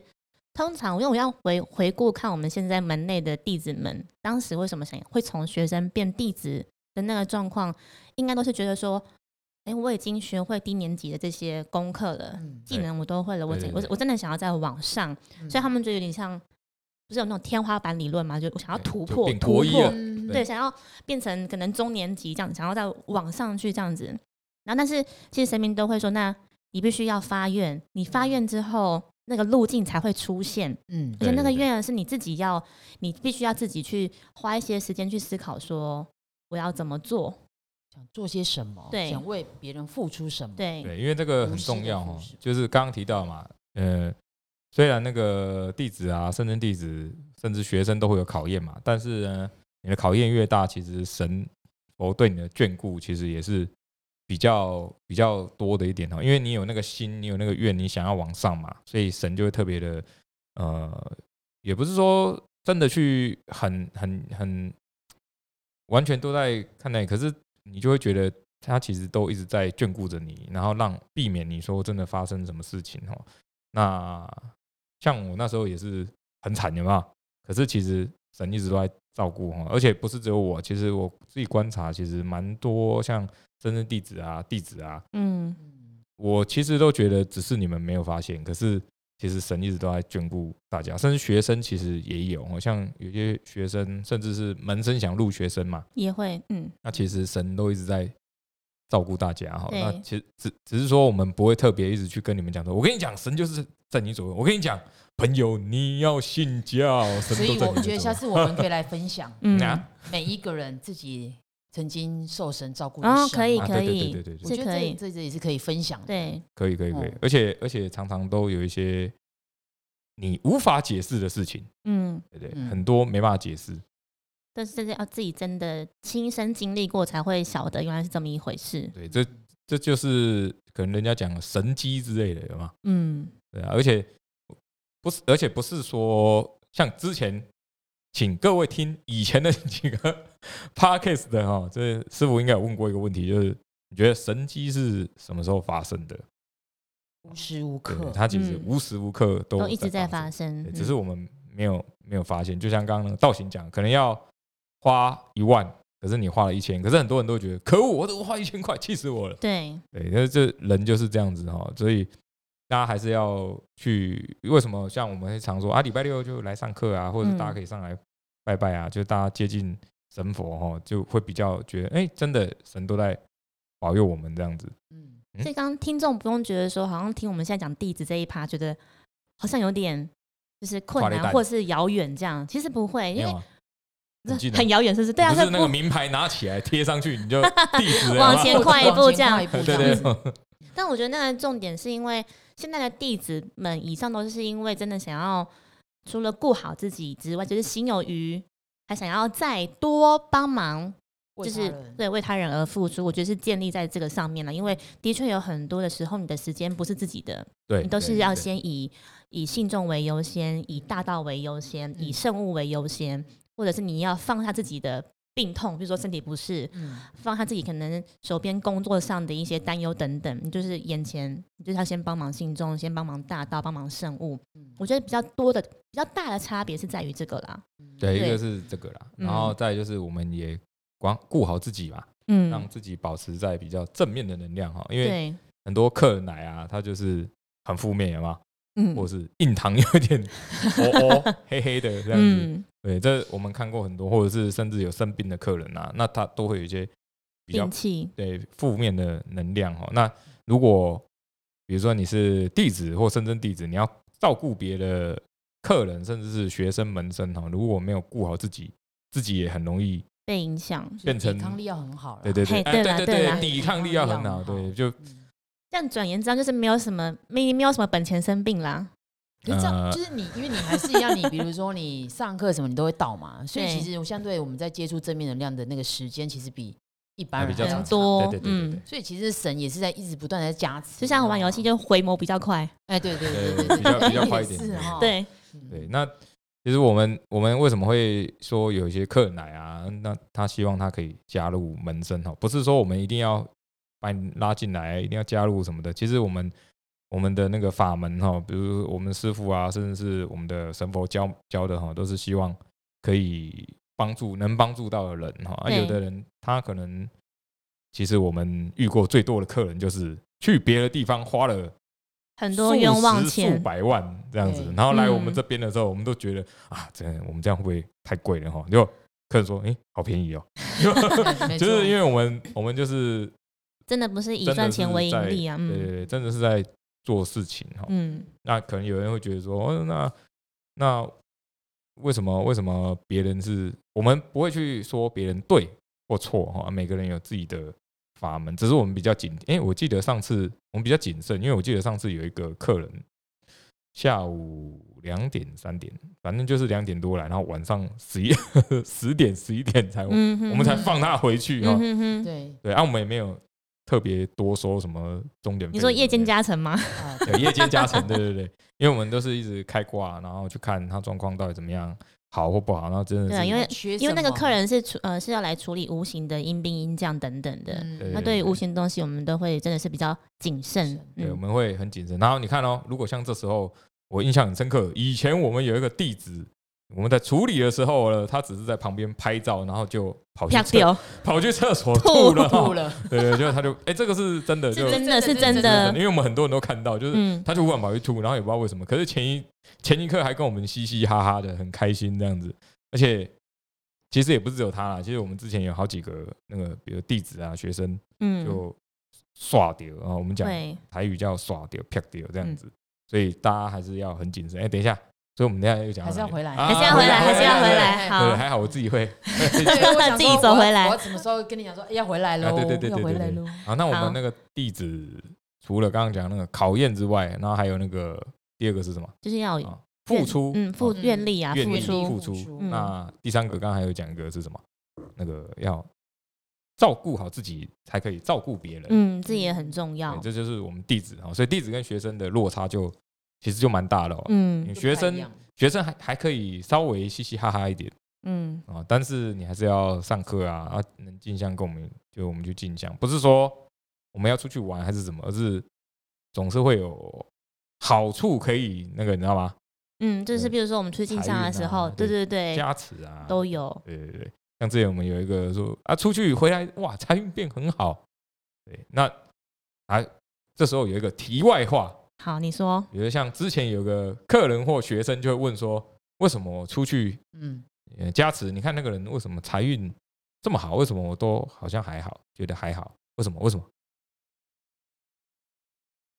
Speaker 3: 通常因为我要回回顾看我们现在门内的弟子们，当时为什么想会从学生变弟子的那个状况，应该都是觉得说，哎、我已经学会低年级的这些功课了，
Speaker 2: 嗯
Speaker 3: 技能我都会了，我
Speaker 1: 对
Speaker 3: 真
Speaker 1: 对
Speaker 3: 我
Speaker 1: 对
Speaker 3: 我真的想要再往上，
Speaker 2: 嗯
Speaker 3: 所以他们就有点像。不是有那种天花板理论嘛？就我想要
Speaker 1: 对
Speaker 3: 突
Speaker 1: 就
Speaker 3: 破，
Speaker 1: 变
Speaker 3: 突
Speaker 1: 国一了
Speaker 3: 破，
Speaker 2: 嗯
Speaker 1: 对
Speaker 3: 对，想要变成可能中年级这样，想要再往上去这样子。然后，但是其实神明都会说，那你必须要发愿，你发愿之后，那个路径才会出现。
Speaker 2: 嗯
Speaker 3: 而且
Speaker 1: 对
Speaker 3: 那个
Speaker 1: 对对
Speaker 3: 怨是你自己要，你必须要自己去花一些时间去思考，说我要怎么做。
Speaker 2: 想做些什么，
Speaker 3: 对
Speaker 2: 想为别人付出什么，
Speaker 3: 对，
Speaker 1: 对，因为这个很重要
Speaker 2: 无
Speaker 1: 哦
Speaker 2: 视的复，制
Speaker 1: 就是刚刚提到嘛，呃，虽然那个弟子啊，甚至弟子甚至学生都会有考验嘛，但是呢，你的考验越大，其实神佛对你的眷顾其实也是比较比较多的一点哦，因为你有那个心，你有那个愿，你想要往上嘛，所以神就会特别的呃，也不是说真的去很很很完全都在看待你，可是你就会觉得他其实都一直在眷顾着你，然后让避免你说真的发生什么事情哦。那像我那时候也是很惨，有没有？可是其实神一直都在照顾哈，而且不是只有我，其实我自己观察，其实蛮多像真正弟子啊、弟子啊，
Speaker 3: 嗯，
Speaker 2: 嗯，
Speaker 1: 我其实都觉得只是你们没有发现，可是其实神一直都在眷顾大家，甚至学生其实也有，哦像有些学生甚至是门生想入学生嘛，
Speaker 3: 也会，嗯，
Speaker 1: 那其实神都一直在照顾大家哈。
Speaker 3: 对
Speaker 1: 那其实只只是说我们不会特别一直去跟你们讲说，我跟你讲，神就是在你左右。我跟你讲，朋友你要信教，神
Speaker 2: 所
Speaker 1: 都
Speaker 2: 以
Speaker 1: 在你
Speaker 2: 我
Speaker 1: 的
Speaker 2: 觉
Speaker 1: 左
Speaker 2: 得
Speaker 1: 右。
Speaker 2: 下次我们可以来分享
Speaker 3: 嗯
Speaker 1: 啊
Speaker 2: 每一个人自己曾经受神照顾的
Speaker 3: 哦
Speaker 2: 神嘛，
Speaker 3: 可以
Speaker 1: 啊
Speaker 3: 可
Speaker 1: 对对
Speaker 3: 以
Speaker 1: 对对对
Speaker 2: 我觉
Speaker 3: 是
Speaker 2: 得
Speaker 3: 可以
Speaker 2: 这这这也是可以分享的，
Speaker 3: 对，
Speaker 1: 可以可以可以
Speaker 2: 嗯，
Speaker 1: 而且而且常常都有一些你无法解释的事情，
Speaker 3: 嗯，
Speaker 1: 对不对？
Speaker 2: 嗯
Speaker 1: 很多没办法解释。
Speaker 3: 但是这是要自己真的亲身经历过才会晓得，原来是这么一回事。
Speaker 1: 对，这这就是可能人家讲的神机之类的，有吗？
Speaker 3: 嗯，
Speaker 1: 对啊，而且不是，而且不是说像之前，请各位听以前的 几个 podcast 的哈，这师傅应该有问过一个问题，就是你觉得神机是什么时候发生的？
Speaker 2: 无时无
Speaker 1: 对
Speaker 2: 刻，
Speaker 1: 它其实
Speaker 3: 嗯
Speaker 1: 无时无刻都
Speaker 3: 都一直在发
Speaker 1: 生，
Speaker 3: 生
Speaker 1: 对，
Speaker 3: 嗯
Speaker 1: 只是我们没有没有发现。就像刚刚那个道行讲，可能要花一万，可是你花了一千，可是很多人都觉得可恶，我都花一千块，气死我了。
Speaker 3: 对，
Speaker 1: 对，那这人就是这样子哈，所以大家还是要去。为什么像我们会常说啊，礼拜六就来上课啊，或者
Speaker 3: 嗯
Speaker 1: 大家可以上来拜拜啊，就大家接近神佛哈，就会比较觉得哎、真的神都在保佑我们这样子。
Speaker 2: 嗯，
Speaker 1: 嗯
Speaker 3: 所以刚刚听众不用觉得说，好像听我们现在讲弟子这一趴，觉得好像有点就是困
Speaker 1: 跨越
Speaker 3: 难
Speaker 1: 蛋
Speaker 3: 或是遥远这样，其实不会，
Speaker 1: 没
Speaker 3: 因
Speaker 1: 有
Speaker 3: 为
Speaker 1: 啊，
Speaker 3: 这
Speaker 1: 很近啊
Speaker 3: 很遥远，是不是？对啊，
Speaker 1: 不是
Speaker 3: 这
Speaker 1: 那个名牌拿起来贴上去你 就地址了
Speaker 3: 往
Speaker 1: 吗
Speaker 3: 前跨一步这样
Speaker 2: 往前跨一步
Speaker 1: 对
Speaker 2: 这样
Speaker 1: 对
Speaker 2: 子，
Speaker 1: 对，
Speaker 3: 但我觉得那个重点是因为现在的弟子们以上都是因为真的想要除了顾好自己之外，就是心有余，还想要再多帮忙，
Speaker 2: 为
Speaker 3: 就
Speaker 2: 他
Speaker 3: 是
Speaker 2: 人
Speaker 3: 对为他人而付出。我觉得是建立在这个上面了，因为的确有很多的时候，你的时间不是自己的，
Speaker 1: 对
Speaker 3: 你都是
Speaker 1: 对
Speaker 3: 要
Speaker 1: 对
Speaker 3: 先以以信众为优先，以大道为优先，以
Speaker 2: 嗯
Speaker 3: 圣物为优先，或者是你要放下自己的病痛，比如说身体不适，
Speaker 2: 嗯，
Speaker 3: 放下自己可能手边工作上的一些担忧等等，你就是眼前，你就是要先帮忙信众，先帮忙大道，帮忙圣物。
Speaker 2: 嗯
Speaker 3: 我觉得比较多的、比较大的差别是在于这个啦。
Speaker 1: 对，一
Speaker 3: 对
Speaker 1: 个是这个啦，然后再来就是我们也光顾好自己嘛，让
Speaker 3: 嗯，
Speaker 1: 自己保持在比较正面的能量哈，因为
Speaker 3: 对，
Speaker 1: 很多客人来啊，他就是很负面，有吗？
Speaker 3: 嗯
Speaker 1: 或者是印堂有 点哦哦黑黑的这样子。
Speaker 3: 嗯，
Speaker 1: 对，这我们看过很多，或者是甚至有生病的客人啊，那他都会有一些比较
Speaker 3: 摒弃，
Speaker 1: 对负面的能量哦。那如果比如说你是弟子或深圳弟子，你要照顾别的客人，甚至是学生门生哈，如果没有顾好自己，自己也很容易
Speaker 3: 被影响。
Speaker 1: 变成
Speaker 2: 抵抗力要很好啦，
Speaker 1: 对对对哎
Speaker 3: 啊嘿对啦
Speaker 1: 对
Speaker 3: 对啦哦
Speaker 1: 抵抗力要很好，
Speaker 2: 抵抗力要很好
Speaker 1: 对，就
Speaker 2: 嗯
Speaker 3: 这样转言之，就是没有什么没没有什么本钱生病啦。
Speaker 2: 可是这样，
Speaker 1: 呃
Speaker 2: 就是你，因为你还是一样，你比如说你上课什么，你都会到嘛，所以
Speaker 3: 对
Speaker 2: 其实相对我们在接触正面能量的那个时间，其实比一般
Speaker 1: 还
Speaker 2: 人
Speaker 1: 比较
Speaker 2: 还要
Speaker 1: 长
Speaker 3: 很
Speaker 2: 长。
Speaker 3: 多，
Speaker 1: 对对对对对
Speaker 3: 嗯，。
Speaker 2: 所以其实神也是在一直不断的加持，啊
Speaker 3: 就像玩游戏，就回眸比较快。
Speaker 2: 哎，对对
Speaker 1: 对
Speaker 2: 对
Speaker 1: 比较比较快一点
Speaker 2: 是哦，
Speaker 3: 对，
Speaker 2: 嗯
Speaker 1: 对，，那其实我们我们为什么会说有一些客人来啊？那他希望他可以加入门生哦，不是说我们一定要把你拉进来，一定要加入什么的。其实我们我们的那个法门哈，比如我们师傅啊，甚至是我们的神佛教教的哈，都是希望可以帮助能帮助到的人哈。啊，
Speaker 3: 对
Speaker 1: 有的人他可能其实我们遇过最多的客人就是去别的地方花了。
Speaker 3: 很多冤枉
Speaker 1: 数十数
Speaker 3: 钱，
Speaker 1: 百万这样子
Speaker 2: 对。
Speaker 1: 然后来我们
Speaker 3: 嗯
Speaker 1: 这边的时候，我们都觉得啊，这样我们这样会不会太贵了哈？就客人说，哎、好便宜哦，
Speaker 2: 没
Speaker 1: 就
Speaker 2: 错
Speaker 1: 是因为我们我们就是
Speaker 3: 真的不是以
Speaker 1: 真的
Speaker 3: 赚
Speaker 1: 是
Speaker 3: 钱为
Speaker 1: 在
Speaker 3: 盈利啊。
Speaker 1: 对对
Speaker 3: 嗯，
Speaker 1: 对，真的是在做事情哈。
Speaker 3: 嗯
Speaker 1: 那可能有人会觉得说，哦、那那为什么为什么别人是我们不会去说别人对或错哈？每个人有自己的法门，只是我们比较谨。哎、我记得上次我们比较谨慎，因为我记得上次有一个客人下午两点三点，反正就是两点多来，然后晚上十一十点十一点才、
Speaker 3: 嗯哼，
Speaker 1: 我们才放他回去哈。
Speaker 3: 嗯哼哼，
Speaker 2: 对
Speaker 1: 对，啊，我们也没有特别多收什么终点费用。
Speaker 3: 你说夜间加成吗？
Speaker 2: 啊，
Speaker 1: 对，夜间加成，对对对，因为我们都是一直开挂，然后去看他状况到底怎么样，好或不好，然后真的
Speaker 3: 对，啊
Speaker 1: 是
Speaker 3: 因为
Speaker 2: 缺
Speaker 3: 因为那个
Speaker 1: 啊
Speaker 2: 什么
Speaker 3: 客，人是处呃是要来处理无形的阴兵阴将等等的，
Speaker 2: 嗯
Speaker 3: 那对于无形的东西，我们都会真的是比较谨慎
Speaker 2: 谨慎。
Speaker 1: 对，我
Speaker 3: 嗯，
Speaker 1: 们会很谨慎。然后你看哦，如果像这时候，我印象很深刻，以前我们有一个弟子，我们在处理的时候呢，他只是在旁边拍照，然后就跑去
Speaker 3: 啪
Speaker 1: 厕
Speaker 3: 掉，
Speaker 1: 跑去厕所吐了，
Speaker 2: 吐了，
Speaker 1: 对对，就他就哎，这个是真的，
Speaker 3: 是
Speaker 1: 就
Speaker 3: 真的是真
Speaker 2: 真
Speaker 1: 的，
Speaker 3: 的
Speaker 1: 因。为我们很多人都看到，就是
Speaker 3: 嗯，
Speaker 1: 他就忽然跑去吐，然后也不知道为什么。可是前一前一刻还跟我们嘻嘻哈哈的，很开心这样子。而且其实也不是只有他啦，其实我们之前有好几个那个，比如弟子啊、学生
Speaker 3: 嗯，
Speaker 1: 就耍丢啊，我们讲
Speaker 3: 对，
Speaker 1: 台语叫耍丢、啪丢这样子。所以大家还是要很谨慎。哎，等一下，所以我们等一下又讲到
Speaker 2: 还是
Speaker 1: 哪
Speaker 2: 要
Speaker 1: 里
Speaker 2: 回来
Speaker 1: 啊
Speaker 3: 还是要回来，还是要回
Speaker 1: 对，
Speaker 3: 来。好，
Speaker 1: 还好我自己会。
Speaker 2: 所以我 想说
Speaker 3: 自己走回来
Speaker 2: 我要我要什么时候跟你讲说哎要回来
Speaker 1: 啊
Speaker 2: 喽？
Speaker 1: 对对对对
Speaker 2: 要回来喽。
Speaker 1: 好，那我
Speaker 3: 好
Speaker 1: 们那个弟子除了刚刚讲那个考验之外，然后还有那个第二个是什么？
Speaker 3: 就是要有
Speaker 1: 啊付出，
Speaker 3: 嗯付
Speaker 1: 哦
Speaker 3: 愿力啊，
Speaker 1: 愿
Speaker 3: 付
Speaker 1: 力
Speaker 3: 出
Speaker 1: 付
Speaker 2: 付
Speaker 1: 出
Speaker 2: 出。
Speaker 3: 嗯
Speaker 1: 那第三个，刚才有讲一个是什么？那个要照顾好自己，才可以照顾别人。
Speaker 3: 嗯，这也很重要
Speaker 1: 对，。这就是我们弟子啊，哦所以弟子跟学生的落差就其实就蛮大的哦。
Speaker 3: 嗯
Speaker 1: 你学
Speaker 2: 就不太一
Speaker 1: 生
Speaker 2: 样
Speaker 1: 学生还还可以稍微嘻嘻哈哈一点
Speaker 3: 嗯，
Speaker 1: 啊、哦但是你还是要上课啊，啊，能进香跟我们就我们就进香，不是说我们要出去玩还是怎么，而是总是会有好处可以那个你知道吗？
Speaker 3: 嗯，就是
Speaker 1: 对
Speaker 3: 比如说我们出去进香的时
Speaker 1: 财运
Speaker 3: 候，
Speaker 1: 啊
Speaker 3: 对对对，
Speaker 1: 加持啊，
Speaker 3: 都有。
Speaker 1: 对对对，像之前我们有一个说啊，出去回来哇，财运变很好。对，那啊，这时候有一个题外话，
Speaker 3: 好，你说，
Speaker 1: 比如像之前有个客人或学生就会问说，为什么我出去
Speaker 2: 嗯，
Speaker 1: 呃加持？你看那个人为什么财运这么好？为什么我都好像还好，觉得还好？为什么？为什么？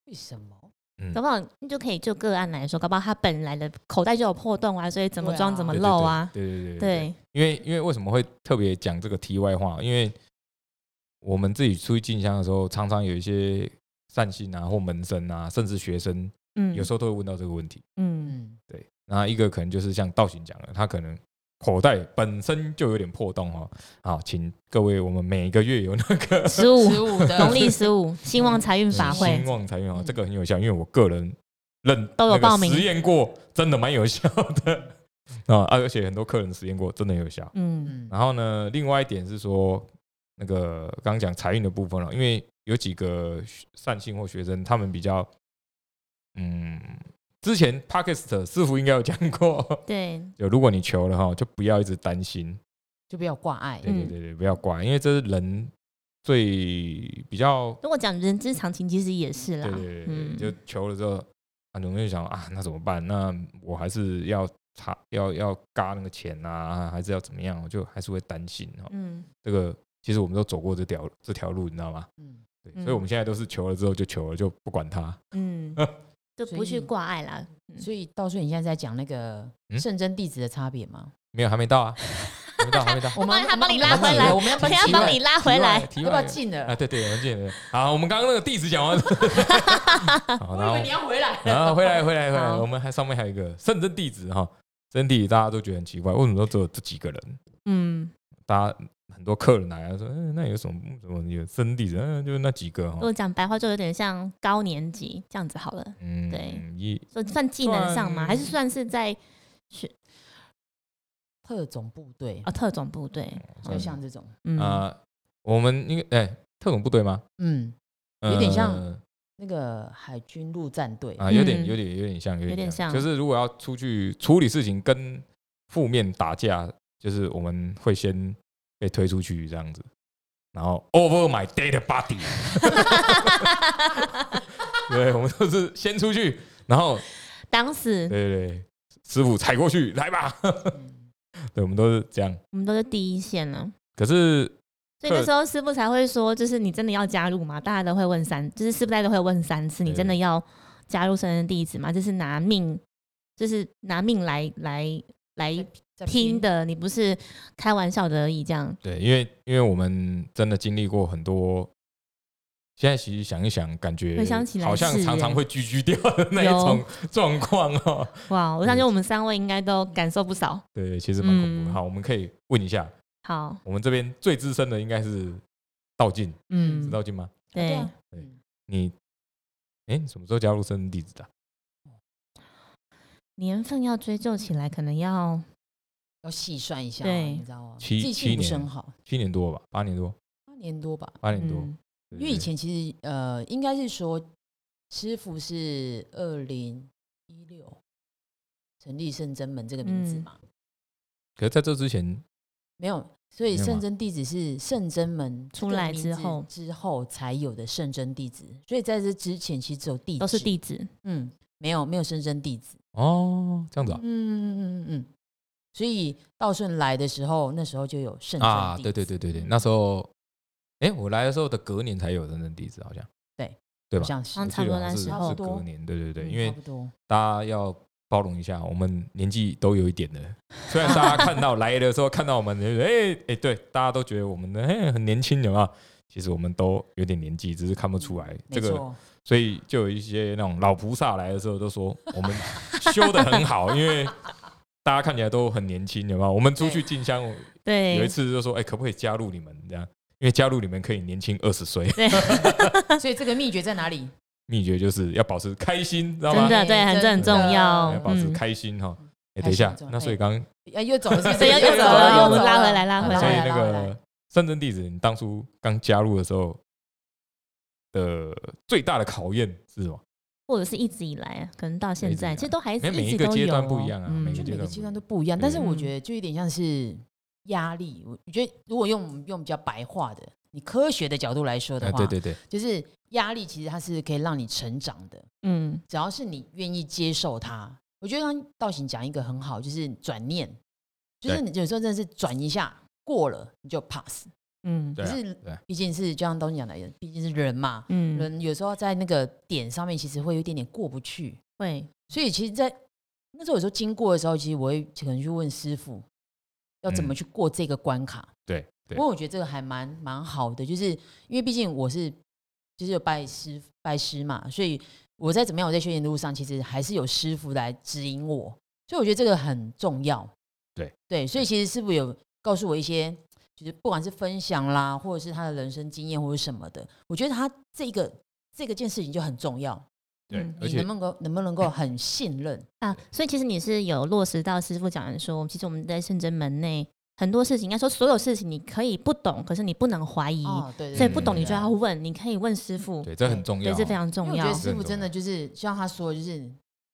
Speaker 2: 为什么？
Speaker 1: 嗯
Speaker 3: 搞不好你就可以就个案来说，搞不好他本来的口袋就有破洞啊，所以怎么
Speaker 2: 对啊
Speaker 3: 装怎么
Speaker 1: 对对
Speaker 3: 漏啊。
Speaker 1: 对对对对对
Speaker 3: 对，
Speaker 1: 因为因为为什么会特别讲这个题外话？因为我们自己出去进香的时候，常常有一些善信啊或门生啊，甚至学生，
Speaker 3: 嗯，
Speaker 1: 有时候都会问到这个问题。
Speaker 3: 嗯，
Speaker 2: 嗯，
Speaker 1: 对，那一个可能就是像道行讲的，他可能口袋本身就有点破洞哦。好，请各位，我们每个月有那个
Speaker 3: 十五嗯
Speaker 2: 十五的
Speaker 3: 农 历十五兴旺财运法
Speaker 1: 兴
Speaker 3: 会，
Speaker 1: 旺财运哦，
Speaker 2: 嗯
Speaker 1: 这个很有效，因为我个人认
Speaker 3: 都有
Speaker 1: 那个
Speaker 3: 报名
Speaker 1: 实验过，真的蛮有效的 啊，而且很多客人实验过，真的有效。
Speaker 3: 嗯
Speaker 2: 嗯，
Speaker 1: 然后呢，另外一点是说，那个刚刚讲财运的部分了，因为有几个学善信或学生，他们比较，嗯，之前 p a k i s t 师傅应该有讲过，
Speaker 3: 对，
Speaker 1: 就如果你求了哈，就不要一直担心，
Speaker 2: 就不要挂碍
Speaker 1: 对。对
Speaker 3: 嗯
Speaker 1: 对对，不要怪，因为这是人最比较，
Speaker 3: 如果讲人之常情，其实也是啦
Speaker 1: 对。对对，
Speaker 3: 嗯
Speaker 1: 对就求了之后，啊，容易想啊，那怎么办？那我还是要查，要要嘎那个钱啊，还是要怎么样？我就还是会担心哈。
Speaker 3: 嗯，
Speaker 1: 这个其实我们都走过这条这条路，你知道吗？
Speaker 2: 嗯，
Speaker 1: 对，
Speaker 3: 嗯
Speaker 1: 所以我们现在都是求了之后就求了，就不管它。
Speaker 3: 嗯， 就不去挂碍啦。
Speaker 2: 所以到时候你现在在讲那个
Speaker 1: 嗯
Speaker 2: 圣真弟子的差别吗？
Speaker 1: 没有，还没到 啊，还没到，还没到。
Speaker 2: 我们
Speaker 3: 他帮你拉
Speaker 1: 回来
Speaker 2: 我们要
Speaker 3: 他
Speaker 2: 帮
Speaker 3: 要
Speaker 1: 奇
Speaker 3: 帮
Speaker 1: 怪
Speaker 3: 你拉回来。
Speaker 1: 题
Speaker 2: 要不要
Speaker 1: 外
Speaker 2: 进
Speaker 1: 啊，
Speaker 2: 了？
Speaker 1: 对对，我们见了。好，我们刚刚那个地址讲 完了。好，
Speaker 2: 我
Speaker 1: 然
Speaker 2: 以为
Speaker 1: 后
Speaker 2: 你要回来了。
Speaker 1: 然啊后回来回来回来，
Speaker 3: 好
Speaker 1: 我们还上面还有一个圣真弟子哈，圣真弟子大家都觉得很奇怪，为什么都只有这几个人？
Speaker 3: 嗯，
Speaker 1: 大家很多客人来了说，嗯，那有什么什么有圣真弟子？嗯，就是那几个
Speaker 3: 如
Speaker 1: 哈
Speaker 3: 果。讲白话，就有点像高年级这样子好了。
Speaker 1: 嗯，
Speaker 3: 对
Speaker 1: 一
Speaker 3: 说算技能上吗？
Speaker 1: 算
Speaker 3: 还是算是在学
Speaker 2: 特种部队
Speaker 3: 哦特种部队？
Speaker 2: 就像这种，
Speaker 3: 嗯，
Speaker 1: 啊，我们应该哎，特种部队吗？
Speaker 2: 嗯，有点像
Speaker 1: 呃
Speaker 2: 那个海军陆战队，
Speaker 1: 啊，有点
Speaker 3: 嗯
Speaker 1: 有点有点像，有
Speaker 3: 有点像
Speaker 1: 就是如果要出去处理事情，跟负面打架，就是我们会先被推出去这样子，然后 over my dead body，对，我们都是先出去，然后
Speaker 3: 当时
Speaker 1: 对对对，师傅踩过去，来吧，
Speaker 2: 嗯
Speaker 1: 对，我们都是这样。
Speaker 3: 我们都是第一线了。
Speaker 1: 可是
Speaker 3: 所以那
Speaker 1: 对
Speaker 3: 时候师傅才会说，就是你真的要加入吗？大家都会问三，就是师傅大家都会问三次，你真的要加入圣人弟子嘛，这是拿命，这是拿命来来来
Speaker 2: 在啊
Speaker 3: 拼的，你不是开玩笑的而已。这样，
Speaker 1: 对，因为因为我们真的经历过很多，现在其实想一想，感觉
Speaker 3: 回想起来
Speaker 1: 好像
Speaker 3: 是
Speaker 1: 常
Speaker 3: 耶
Speaker 1: 常会聚居掉的那一
Speaker 3: 有
Speaker 1: 种状况哦。
Speaker 3: 哇，我相信我们三位应该都感受不少。
Speaker 1: 对，其实蛮恐怖的。
Speaker 3: 嗯
Speaker 1: 好，我们可以问一下，
Speaker 3: 好，
Speaker 1: 我们这边最资深的应该是道静，
Speaker 3: 嗯
Speaker 1: 是，道静吗？
Speaker 2: 对
Speaker 3: 对
Speaker 2: 啊，嗯
Speaker 1: 你，哎，你什么时候加入生人弟子的啊？
Speaker 3: 年份要追究起来，可能要
Speaker 2: 要细算一下，哦
Speaker 3: 对
Speaker 2: 你知道吗？
Speaker 1: 七
Speaker 2: 记性不
Speaker 1: 七
Speaker 2: 是
Speaker 1: 年
Speaker 2: 很好，
Speaker 1: 七年多吧，八年多，
Speaker 2: 八年多吧。
Speaker 1: 八年多。
Speaker 3: 嗯，
Speaker 1: 对
Speaker 2: 因为以，前其实呃，应该是说师傅是二零一六成立圣真门这个名字
Speaker 3: 嗯
Speaker 2: 嘛，
Speaker 1: 对可是在这之前，
Speaker 2: 没有，所以
Speaker 1: 没有
Speaker 2: 圣
Speaker 1: 吗
Speaker 2: 真弟子是圣真门
Speaker 3: 出
Speaker 2: 这个
Speaker 3: 来
Speaker 2: 名
Speaker 3: 之
Speaker 2: 字
Speaker 3: 后
Speaker 2: 之后才有的圣真弟子，所以在这之前其实只有弟
Speaker 3: 都是
Speaker 2: 子
Speaker 3: 弟子。
Speaker 2: 嗯，没有没有生真弟子，
Speaker 1: 哦，这样子啊
Speaker 2: 嗯，嗯嗯嗯嗯，所以道顺来的时候，那时候就有圣真
Speaker 1: 啊，
Speaker 2: 弟
Speaker 1: 对对
Speaker 2: 子
Speaker 1: 对对对，那时候，哎，我来的时候的隔年才有生人弟子，好像对
Speaker 2: 好
Speaker 1: 吧
Speaker 2: 像
Speaker 3: 嗯
Speaker 2: 是
Speaker 1: 我
Speaker 3: 差
Speaker 1: 记得
Speaker 3: 不多
Speaker 1: 好像
Speaker 3: 那
Speaker 1: 是
Speaker 3: 时
Speaker 2: 候
Speaker 1: 是
Speaker 2: 多
Speaker 1: 隔年，对对对，
Speaker 2: 嗯
Speaker 1: 因为
Speaker 2: 差不多，
Speaker 1: 大家要包容一下，我们年纪都有一点了。虽然大家看 到来的时候看到我们，哎哎、诶对，大家都觉得我们呢、诶很年轻，有没有？其实我们都有点年纪，只是看不出来。
Speaker 2: 嗯没
Speaker 1: 这个，
Speaker 2: 错，
Speaker 1: 所以就有一些那种老菩萨来的时候都说我们修的很好，因为大家看起来都很年轻，有没有？我们出去进香，有一
Speaker 3: 对，
Speaker 1: 次就说，哎、可不可以加入你们这样？因为加入你们可以年轻二十岁，
Speaker 2: 所以这个秘诀在哪里？
Speaker 1: 秘诀就是要保持开心，知道吗哎
Speaker 3: 真？的对，
Speaker 2: 哎
Speaker 3: 很这很
Speaker 2: 真
Speaker 3: 重
Speaker 2: 的
Speaker 3: 要
Speaker 1: 要。保持
Speaker 3: 嗯，
Speaker 1: 开心哈。哎、
Speaker 2: 开
Speaker 1: 等一下
Speaker 2: 心重，要
Speaker 1: 那所以
Speaker 2: 哎
Speaker 1: 刚
Speaker 2: 啊，又走了，是不是？
Speaker 3: 对又
Speaker 1: 又走了又
Speaker 2: 又
Speaker 1: 我们
Speaker 2: 走
Speaker 3: 拉回
Speaker 2: 了
Speaker 3: 来拉
Speaker 2: 好
Speaker 3: 回
Speaker 2: 拉
Speaker 1: 所以
Speaker 3: 来
Speaker 1: 那
Speaker 2: 拉回来
Speaker 1: 个深圳弟子，你当初刚加入的时候的最大的考验是什么？
Speaker 3: 或者是一直以来啊，可能到
Speaker 1: 一
Speaker 3: 现
Speaker 1: 直以
Speaker 3: 在，
Speaker 1: 来
Speaker 3: 其实都还是
Speaker 1: 因为每
Speaker 3: 一
Speaker 1: 一
Speaker 3: 直
Speaker 1: 个
Speaker 3: 都
Speaker 1: 阶
Speaker 3: 有
Speaker 1: 段不
Speaker 3: 哦
Speaker 1: 一样啊
Speaker 3: 嗯
Speaker 1: 每个
Speaker 2: 就
Speaker 1: 阶
Speaker 2: 每个
Speaker 1: 段
Speaker 2: 阶
Speaker 1: 不
Speaker 2: 段
Speaker 1: 一
Speaker 2: 都不一样，
Speaker 1: 对
Speaker 2: 但是我
Speaker 3: 嗯
Speaker 2: 觉得就有点像是压力。我我觉得如果用我们用比较白话的，你科学的角度来说的
Speaker 1: 哎，
Speaker 2: 话，
Speaker 1: 对对对，
Speaker 2: 就是压力其实它是可以让你成长的，
Speaker 3: 嗯，
Speaker 2: 只要是你愿意接受它。我觉得刚刚道行讲一个很好，就是转念，就是你有时候真的是转一下过了你就 pass。
Speaker 3: 嗯
Speaker 1: 对
Speaker 2: 可
Speaker 1: 啊
Speaker 2: 是
Speaker 1: 对啊
Speaker 2: 毕竟是就像东行讲的，毕竟是人嘛，
Speaker 3: 嗯，
Speaker 2: 人有时候在那个点上面其实会有一点点过不去。
Speaker 3: 会，
Speaker 2: 所以其实在，那时候有时候经过的时候，其实我会可能去问师傅要怎
Speaker 1: 嗯
Speaker 2: 么去过这个关卡。
Speaker 1: 对对
Speaker 2: 不
Speaker 3: 哦
Speaker 2: 过我觉得这个还蛮蛮好的，就是因为毕竟我是就是有拜师拜师嘛，所以我在怎么样我在修行的路上，其实还是有师傅来指引我，所以我觉得这个很重要。
Speaker 1: 对
Speaker 2: 对，所以其实师傅有告诉我一些，就是不管是分享啦，或者是他的人生经验或者什么的，我觉得他这个这个件事情就很重要，
Speaker 1: 对
Speaker 3: 嗯，
Speaker 1: 而
Speaker 2: 你
Speaker 1: 且
Speaker 2: 能不能够能不能够很信任？
Speaker 3: 啊，所以其实你是有落实到师傅讲的说，其实我们在圣真门内很多事情，应该说所有事情你可以不懂，可是你不能怀疑，
Speaker 2: 哦，对对，
Speaker 3: 所以
Speaker 2: 对
Speaker 3: 不懂
Speaker 2: 对
Speaker 3: 你就
Speaker 2: 对
Speaker 3: 要问，你可以问师傅，
Speaker 1: 对，这很重要
Speaker 3: 对，
Speaker 1: 哦，
Speaker 3: 这非常重
Speaker 2: 因为我
Speaker 3: 要
Speaker 2: 觉得。师
Speaker 1: 这
Speaker 2: 傅
Speaker 1: 很
Speaker 2: 真的
Speaker 1: 重
Speaker 2: 就是就像他说，的，就是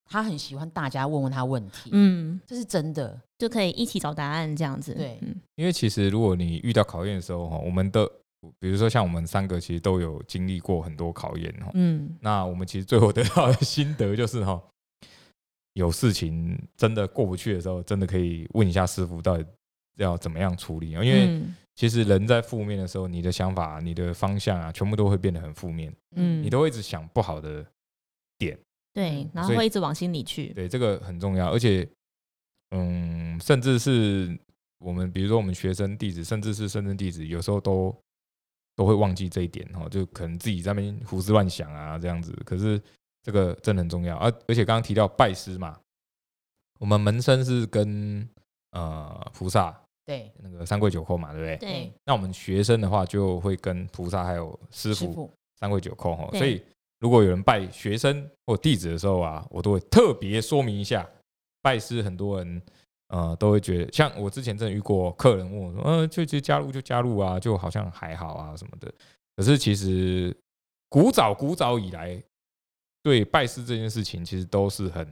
Speaker 2: 他很喜欢大家问问他问题，
Speaker 3: 嗯，
Speaker 2: 这是真的。
Speaker 3: 就可以一起找答案这样子。
Speaker 2: 对
Speaker 3: 嗯
Speaker 1: 因为其实如果你遇到考验的时候哈，我们的比如说像我们三个其实都有经历过很多考验哈。
Speaker 3: 嗯，
Speaker 1: 那我们其实最后得到的心得就是哈，有事情真的过不去的时候，真的可以问一下师傅到底要怎么样处理，因为
Speaker 3: 嗯
Speaker 1: 其实人在负面的时候，你的想法、你的方向啊，全部都会变得很负面，
Speaker 3: 嗯
Speaker 1: 你都会一直想不好的。
Speaker 3: 对，
Speaker 2: 嗯
Speaker 3: 然后
Speaker 1: 所以
Speaker 3: 会一直往心里去。
Speaker 1: 对，这个很重要，而且，嗯，甚至是我们，比如说我们学生弟子，甚至是深圳弟子，有时候都都会忘记这一点哦，就可能自己在那边胡思乱想啊，这样子。可是这个真的很重要，而、而且刚刚提到拜师嘛，我们门生是跟呃菩萨
Speaker 2: 对，
Speaker 1: 那个三跪九叩嘛，对不对？
Speaker 3: 对，
Speaker 1: 那我们学生的话，就会跟菩萨还有师
Speaker 2: 师
Speaker 1: 傅
Speaker 2: 傅
Speaker 1: 三跪九叩哈。
Speaker 3: 对
Speaker 1: 所以如果有人拜学生或弟子的时候啊，我都会特别说明一下，拜师很多人呃都会觉得，像我之前真的遇过客人问我说，呃，就就加入就加入啊，就好像还好啊什么的。可是其实古早古早以来，对拜师这件事情其实都是很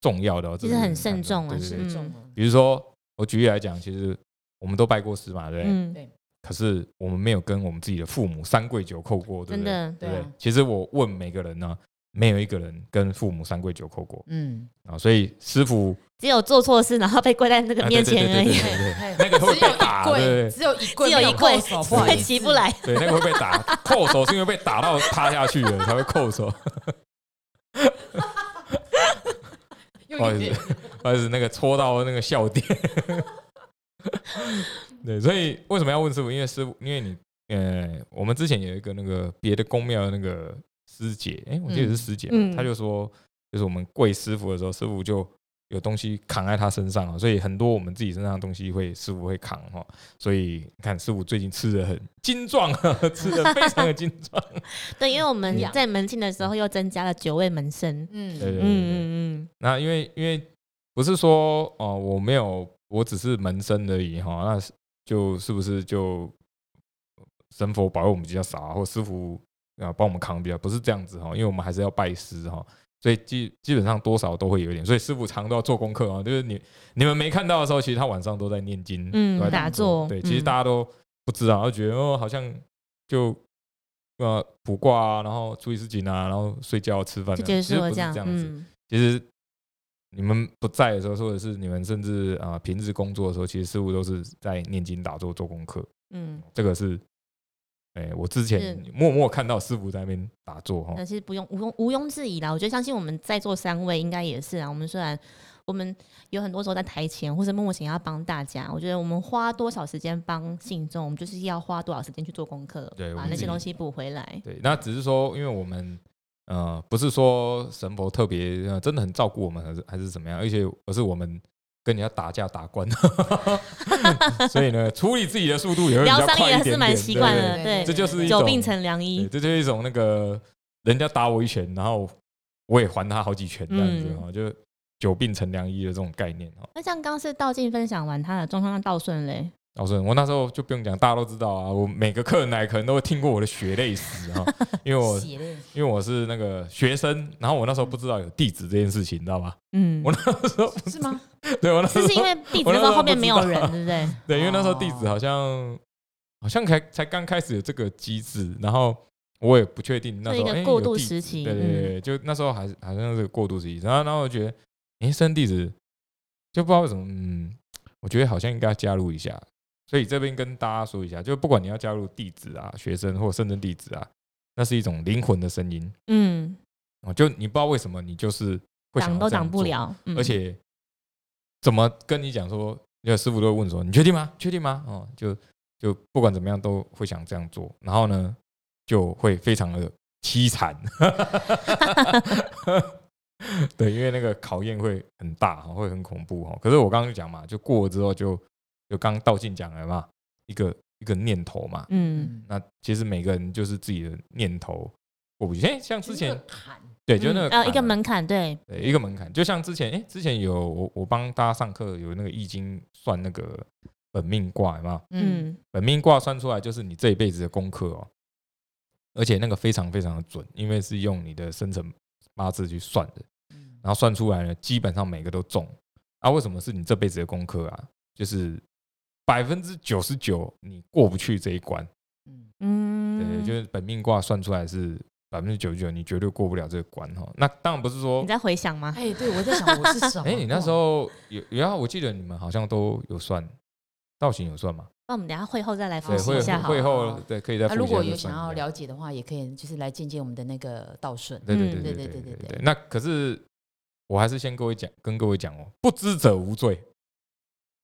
Speaker 1: 重要的哦、
Speaker 3: 其
Speaker 1: 这
Speaker 3: 实
Speaker 1: 是
Speaker 3: 很慎
Speaker 1: 重要
Speaker 3: 重啊
Speaker 1: 对对对
Speaker 3: 嗯
Speaker 2: 这种啊
Speaker 1: 比如说我举例来讲，其实我们都拜过师嘛，对不对？
Speaker 3: 嗯，
Speaker 2: 对
Speaker 1: 可是我们没有跟我们自己的父母三跪九叩过，对
Speaker 3: 真
Speaker 1: 不对？
Speaker 3: 的，
Speaker 1: 对
Speaker 2: 对
Speaker 1: 不对？
Speaker 2: 啊，
Speaker 1: 其实我问每个人呢，没有一个人跟父母三跪九叩过
Speaker 2: 嗯，
Speaker 1: 啊，所以师傅
Speaker 3: 只有做错事，然后被跪在那
Speaker 1: 啊
Speaker 3: 个面前而已
Speaker 1: 对，对对对对
Speaker 2: 嘿
Speaker 1: 那个会
Speaker 2: 只有
Speaker 1: 被打
Speaker 2: 一
Speaker 1: 对
Speaker 2: 跪，
Speaker 1: 对
Speaker 2: 只有一跪，
Speaker 3: 只有一跪
Speaker 2: 没叩首不
Speaker 1: 对
Speaker 2: 好
Speaker 3: 所
Speaker 2: 意
Speaker 3: 以
Speaker 2: 思
Speaker 3: 起不来。
Speaker 1: 对，那个会被打，扣手是因为被打到趴下去了才会扣手。不好意 思，不好意思，那个戳到那个笑点。 对，所以为什么要问师傅？因为师傅，因为你，呃，我们之前有一个那个别的宫庙的那个师姐，哎、我记得是师姐，
Speaker 3: 嗯
Speaker 1: 她就说，就是我们跪师傅的时候，师傅就有东西扛在他身上啊，所以很多我们自己身上的东西会师傅会扛哈，所以你看师傅最近吃的很精壮，啊 吃的非常的精壮，
Speaker 3: 对，因为我们
Speaker 2: 嗯
Speaker 3: 在门禁的时候又增加了九位门生。
Speaker 1: 对对
Speaker 2: 嗯
Speaker 1: 对
Speaker 3: 嗯
Speaker 1: 对
Speaker 3: 嗯
Speaker 1: 那因为因为不是说哦、我没有，我只是门生而已哈，那是就是不是就神佛保佑我们比较少啊，或师傅啊帮我们扛比较，不是这样子哈，因为我们还是要拜师哈。所以基基本上多少都会有一点，所以师傅常都要做功课啊。就是你你们没看到的时候，其实他晚上都在念经，
Speaker 3: 嗯
Speaker 1: 都在
Speaker 3: 打坐
Speaker 1: 对，其实
Speaker 3: 嗯
Speaker 1: 大家都不知道，就觉得哦，好像就呃卜卦啊，然后处理事情啊，然后睡觉、吃饭啊，
Speaker 3: 嗯，就结
Speaker 1: 其
Speaker 3: 束
Speaker 1: 实不
Speaker 3: 了
Speaker 1: 是
Speaker 3: 这样。
Speaker 1: 样子。
Speaker 3: 嗯，
Speaker 1: 其实你们不在的时候，或者是你们甚至啊、呃平日工作的时候，其实师傅都是在念经打坐做功课。
Speaker 3: 嗯，
Speaker 1: 这个是，哎、我之前
Speaker 3: 是嗯
Speaker 1: 默默看到师傅在那边打坐哈
Speaker 3: 但。是不用毋庸毋庸置疑啦。我觉得相信我们在座三位应该也是啊。我们虽然我们有很多时候在台前或者默默想要帮大家，我觉得我们花多少时间帮信众，我们就是要花多少时间去做功课，
Speaker 1: 对我
Speaker 3: 把
Speaker 1: 们
Speaker 3: 那
Speaker 1: 自己
Speaker 3: 些东西补回来。
Speaker 1: 对，那只是说，因为我们呃不是说神佛特别、呃真的很照顾我们，还是还是怎么样，而且而是我们。跟人家打架打 官， 所以呢，处理自己的速度也会比
Speaker 3: 疗
Speaker 1: 较
Speaker 3: 伤
Speaker 1: 快一
Speaker 3: 也
Speaker 1: 点
Speaker 3: 是
Speaker 1: 点。
Speaker 3: 蛮习惯
Speaker 1: 对
Speaker 3: 的，
Speaker 2: 对
Speaker 1: 这
Speaker 3: 对，
Speaker 1: 就是一
Speaker 3: 久
Speaker 1: 种
Speaker 3: 病成良
Speaker 1: 对，
Speaker 3: 医。
Speaker 1: 这就是一种那个人家打我一拳，然后我也还他好几拳这样子
Speaker 3: 嗯
Speaker 1: 哈、哦就久病成良医的这种概念哦哈。
Speaker 3: 那像刚是道静分享完他的状况，那道顺嘞，
Speaker 1: 老师，我那时候就不用讲，大家都知道啊，我每个客人来可能都会听过我的血泪史 哈、因为我
Speaker 2: 血泪
Speaker 1: 因为我是那个学生，然后我那时候不知道有弟子这件事情，你知道吧？
Speaker 3: 嗯
Speaker 1: 我，那时候
Speaker 2: 是吗？
Speaker 1: 对我那时
Speaker 3: 这
Speaker 1: 候
Speaker 3: 是 因为地址
Speaker 1: 我那
Speaker 3: 那
Speaker 1: 时
Speaker 3: 时
Speaker 1: 候
Speaker 3: 候后面
Speaker 1: 不
Speaker 3: 没
Speaker 1: 知
Speaker 3: 有
Speaker 1: 道
Speaker 3: 人，对 不对？
Speaker 1: 对，因为那时候地址
Speaker 2: 哦
Speaker 1: 好像好像才才刚开始有这个机制，然后我也不确定那
Speaker 3: 是
Speaker 1: 时
Speaker 3: 一
Speaker 1: 候哎
Speaker 3: 个
Speaker 1: 有
Speaker 3: 过渡
Speaker 1: 地址
Speaker 3: 时期，
Speaker 1: 对对
Speaker 3: 嗯
Speaker 1: 对，就那时候还是好像是个过渡时期，然后然后我觉得，诶，生地址就不知道为什么，嗯，我觉得好像应该加入一下，所以这边跟大家说一下，就不管你要加入地址啊、学生或甚至地址啊，那是一种灵魂的声音，
Speaker 3: 嗯，
Speaker 1: 哦，就你不知道为什么你就是会想
Speaker 3: 挡
Speaker 1: 要
Speaker 3: 都
Speaker 1: 这样
Speaker 3: 挡不
Speaker 1: 做，
Speaker 3: 了，嗯
Speaker 1: 而且怎么跟你讲说，那个师傅都会问说，你确定吗？确定吗？哦，就就不管怎么样都会想这样做，然后呢就会非常的凄惨， 对，因为那个考验会很大，哦会很恐怖哈。哦可是我刚刚就讲嘛，就过了之后就就刚道进讲了嘛，一个一个念头嘛，
Speaker 3: 嗯，
Speaker 1: 那其实每个人就是自己的念头过不去。哎、像之前
Speaker 2: 砍
Speaker 1: 对，就那个、
Speaker 3: 嗯呃一个门槛，对，
Speaker 1: 对，一个门槛，就像之前，哎、之前有我我帮大家上课有那个易经算那个本命卦，有没有？
Speaker 2: 嗯
Speaker 3: 嗯
Speaker 1: 本命卦算出来就是你这一辈子的功课哦，而且那个非常非常的准，因为是用你的生辰八字去算的，
Speaker 2: 嗯
Speaker 1: 然后算出来呢，基本上每个都中。啊，为什么是你这辈子的功课啊？就是百分之九十九你过不去这一关，
Speaker 2: 嗯
Speaker 3: 嗯，
Speaker 1: 对，就是本命卦算出来是百分之九十九，你绝对过不了这个关哈、哦。那当然不是说
Speaker 3: 你在回想吗？
Speaker 2: 哎，对我在想我是
Speaker 3: 哦
Speaker 2: 什 么？
Speaker 1: 哎、你那时候有有啊？我记得你们好像都有算道行有算嘛？
Speaker 3: 那我们等一下会后再来复
Speaker 1: 对，
Speaker 2: 复
Speaker 1: 会
Speaker 3: 习一
Speaker 2: 习
Speaker 3: 哦下好啊
Speaker 1: 会
Speaker 3: 了。
Speaker 1: 后对可以再
Speaker 2: 那
Speaker 1: 复习一下
Speaker 2: 如果有
Speaker 1: 就算
Speaker 2: 想要
Speaker 1: 一下，
Speaker 2: 了解的话，也可以就是来见见我们的那个道顺。
Speaker 1: 对对
Speaker 3: 嗯
Speaker 1: 对
Speaker 2: 对
Speaker 1: 对
Speaker 2: 对
Speaker 1: 对
Speaker 2: 对
Speaker 1: 对
Speaker 2: 对
Speaker 1: 对。那可是我还是先各位讲，跟各位讲哦，不知者无罪，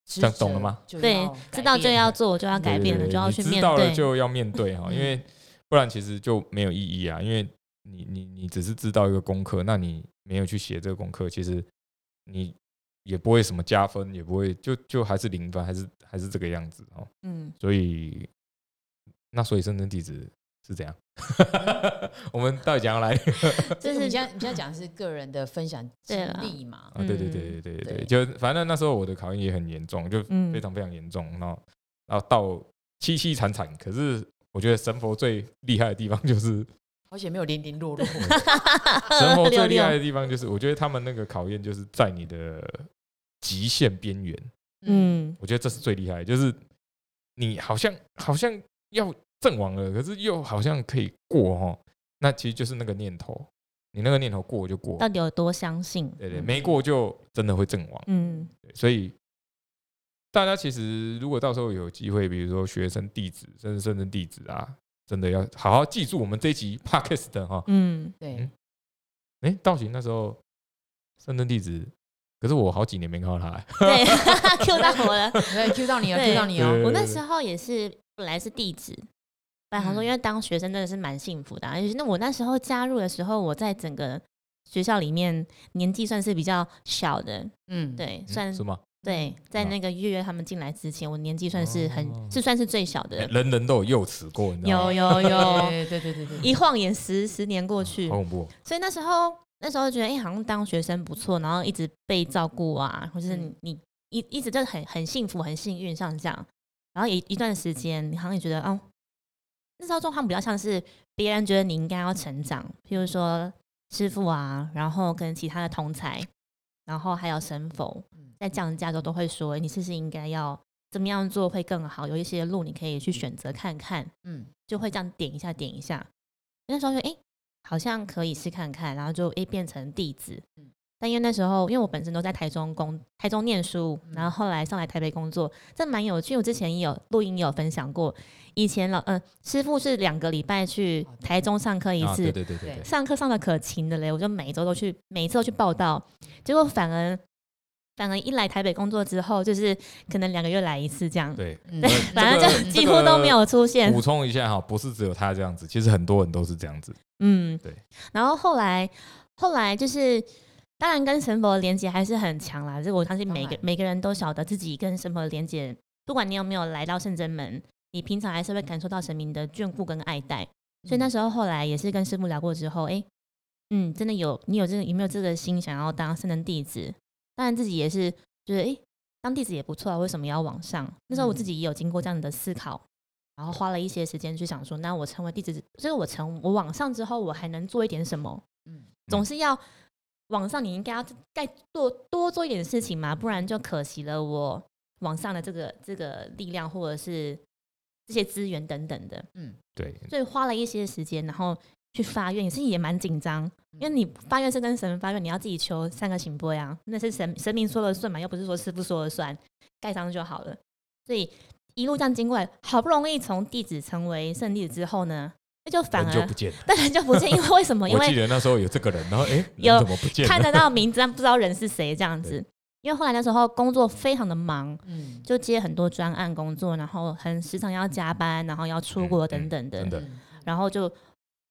Speaker 1: 这样懂了吗？
Speaker 3: 对，知道就要做，就要改变了，
Speaker 1: 对对对
Speaker 3: 就要去
Speaker 1: 你知
Speaker 3: 面
Speaker 1: 道了
Speaker 3: 对。嗯
Speaker 1: 就要面 对哈，因为不然其实就没有意义啊，因为你你你只是知道一个功课，那你没有去写这个功课，其实你也不会什么加分，也不会就就还是零分，还是还是这个样子哦。
Speaker 3: 嗯，
Speaker 1: 所以那所以深圳地址是怎样？ 我们到底讲要来？
Speaker 2: 就
Speaker 3: 就是
Speaker 2: 你
Speaker 3: 是
Speaker 2: 现在你现在讲的是个人的分享
Speaker 3: 对
Speaker 2: 经
Speaker 3: 啦
Speaker 2: 历嘛？
Speaker 1: 啊，对对对对对对，就反正那时候我的考验也很严重，就
Speaker 3: 嗯
Speaker 1: 非常非常严重，然后然后到凄凄惨惨。可是我觉得神佛最厉害的地方 就是
Speaker 2: 好险没有零零落落。
Speaker 1: 神佛
Speaker 3: 六
Speaker 1: 最厉害的
Speaker 3: 六
Speaker 1: 地方就是，我觉得他们那个考验就是在你的极限边缘，
Speaker 2: 嗯，
Speaker 3: 嗯，
Speaker 1: 我觉得这是最厉害的，就是你好像好像要阵亡了，可是又好像可以过哦。那其实就是那个念头，你那个念头过就过，
Speaker 3: 到底有多相信？
Speaker 1: 对对，
Speaker 3: 嗯
Speaker 1: 没过就真的会阵亡。
Speaker 3: 嗯
Speaker 1: 对所以大家其实如果到时候有机会，比如说学生弟子，甚至甚至弟子啊，真的要好好记住我们这一集 podcast 哈、
Speaker 3: 嗯，
Speaker 2: 对
Speaker 1: 嗯，诶，道行那时候圣真弟子可是我好几年没看到他、欸，
Speaker 3: 对 ，Q 到我了。
Speaker 2: 对，Q 到你了
Speaker 3: 对
Speaker 2: ，Q 到你 了。
Speaker 1: 对嗯
Speaker 3: 我那时候也是本来是地址，本来想说，因为当学生真的是蛮幸福的、啊，就是那我那时候加入的时候，我在整个学校里面年纪算是比较小的，
Speaker 2: 嗯，
Speaker 3: 对，
Speaker 1: 嗯
Speaker 3: 算
Speaker 1: 是吗？
Speaker 3: 对，在那个月月他们进来之前，我年纪算是很、
Speaker 1: 哦
Speaker 3: 是算是最小的，
Speaker 1: 人人都有幼齿过，你知道
Speaker 3: 有
Speaker 1: 吗？
Speaker 3: 有有，
Speaker 2: 对对对对对对，
Speaker 3: 哦 一晃眼十十年过去
Speaker 1: 好，恐怖哦、
Speaker 3: 所以那时候那时候觉得，哎、好像当学生不错，然后一直被照顾啊，或者是
Speaker 2: 嗯
Speaker 3: 你一一直就很很幸福、很幸运，像这样。然后一一段时间，你好像也觉得，哦，那时候状况比较像是别人觉得你应该要成长，譬如说师傅啊，然后跟其他的同才，然后还有神佛
Speaker 2: 嗯，
Speaker 3: 在降价的时候都会说，你是不是应该要怎么样做会更好？有一些路你可以去选择看看。
Speaker 2: 嗯，
Speaker 3: 就会这样点一下点一下。那时候就哎、诶好像可以试看看，然后就哎、诶变成弟子
Speaker 2: 嗯。
Speaker 3: 但因为那时候，因为我本身都在台中工台中念书，
Speaker 2: 嗯
Speaker 3: 然后后来上来台北工作，这蛮有趣。我之前也有录音也有分享过，以前老嗯、师傅是两个礼拜去台中上课一
Speaker 1: 啊，哦
Speaker 3: 次，嗯
Speaker 1: 对对对对
Speaker 2: 对
Speaker 1: 对，
Speaker 3: 上课上的可勤的嘞，我就每一周都去，每一次都去报道，结果反而反而一来台北工作之后，就是可能两个月来一次这样，
Speaker 1: 对。
Speaker 2: 嗯
Speaker 1: 对
Speaker 3: 反
Speaker 1: 这
Speaker 3: 正
Speaker 1: 个
Speaker 3: 就几乎都没有出现。
Speaker 1: 补充一下哈，不是只有他这样子，其实很多人都是这样子。
Speaker 3: 嗯，
Speaker 1: 对。
Speaker 3: 然后后来，后来就是，当然跟神佛的连接还是很强啦。这个我相信每个
Speaker 2: 当然
Speaker 3: 每个人都晓得自己跟神佛的连接，不管你有没有来到圣真门，你平常还是会感受到神明的眷顾跟爱戴。所以
Speaker 2: 嗯
Speaker 3: 那时候后来也是跟师傅聊过之后，哎、嗯，真的有你有这个有没有这个心想要当圣人弟子？当然自己也是觉得，哎、当弟子也不错啊，为什么要往上？那时候我自己也有经过这样的思考，然后花了一些时间去想说，那我成为弟子，就是我成我往上之后，我还能做一点什么？
Speaker 2: 嗯
Speaker 3: 总是要往上，你应该要再多多做一点事情嘛，不然就可惜了我往上的这个这个力量，或者是这些资源等等的。
Speaker 1: 对，
Speaker 3: 所以花了一些时间，然后去发愿，也是也蛮紧张，因
Speaker 1: 嗯
Speaker 3: 为你发愿是跟神明发愿，你要自己求三个行波呀，那是神神明说了算嘛，又不是说师傅说了算，盖章就好了。所以一路这样经过来，好不容易从弟子成为圣弟子之后呢，那就反
Speaker 1: 人就
Speaker 3: 而
Speaker 1: 不见了。
Speaker 3: 当然就不见，因为 为什么？因
Speaker 1: 我记
Speaker 3: 为
Speaker 1: 得那时候有这个人，然后哎，人
Speaker 3: 有
Speaker 1: 怎么不见
Speaker 3: 看
Speaker 1: 了？
Speaker 3: 得到名字，但不知道人是谁这样子。因为后来那时候工作非常的忙，
Speaker 2: 嗯，
Speaker 3: 就接很多专案工作，然后很时常要加班，然后要出国等等的。
Speaker 1: 嗯真的
Speaker 2: 嗯
Speaker 3: 然后就，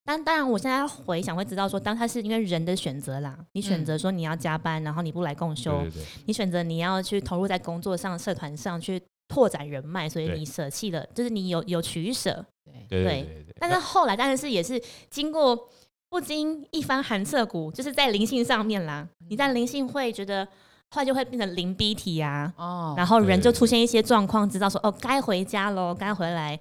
Speaker 3: 当当然，我现在回想会知道说，当他是因为人的选择啦，你选择说你要加班，然后你不来共修，
Speaker 1: 嗯对对对，
Speaker 3: 你选择你要去投入在工作上、社团上去拓展人脉，所以
Speaker 1: 对
Speaker 3: 你舍弃了，就是你有有取舍。
Speaker 2: 对，
Speaker 1: 对
Speaker 3: 对
Speaker 1: 对对对。
Speaker 3: 但是后来当然是也是经过不经一番寒彻骨，就是在灵性上面啦，
Speaker 1: 嗯
Speaker 3: 你在灵性会觉得后来就会变成灵逼体啊，
Speaker 2: 哦，
Speaker 3: 然
Speaker 2: 后
Speaker 3: 后人就出现一些状况，知道说哦，该回家喽，该回来，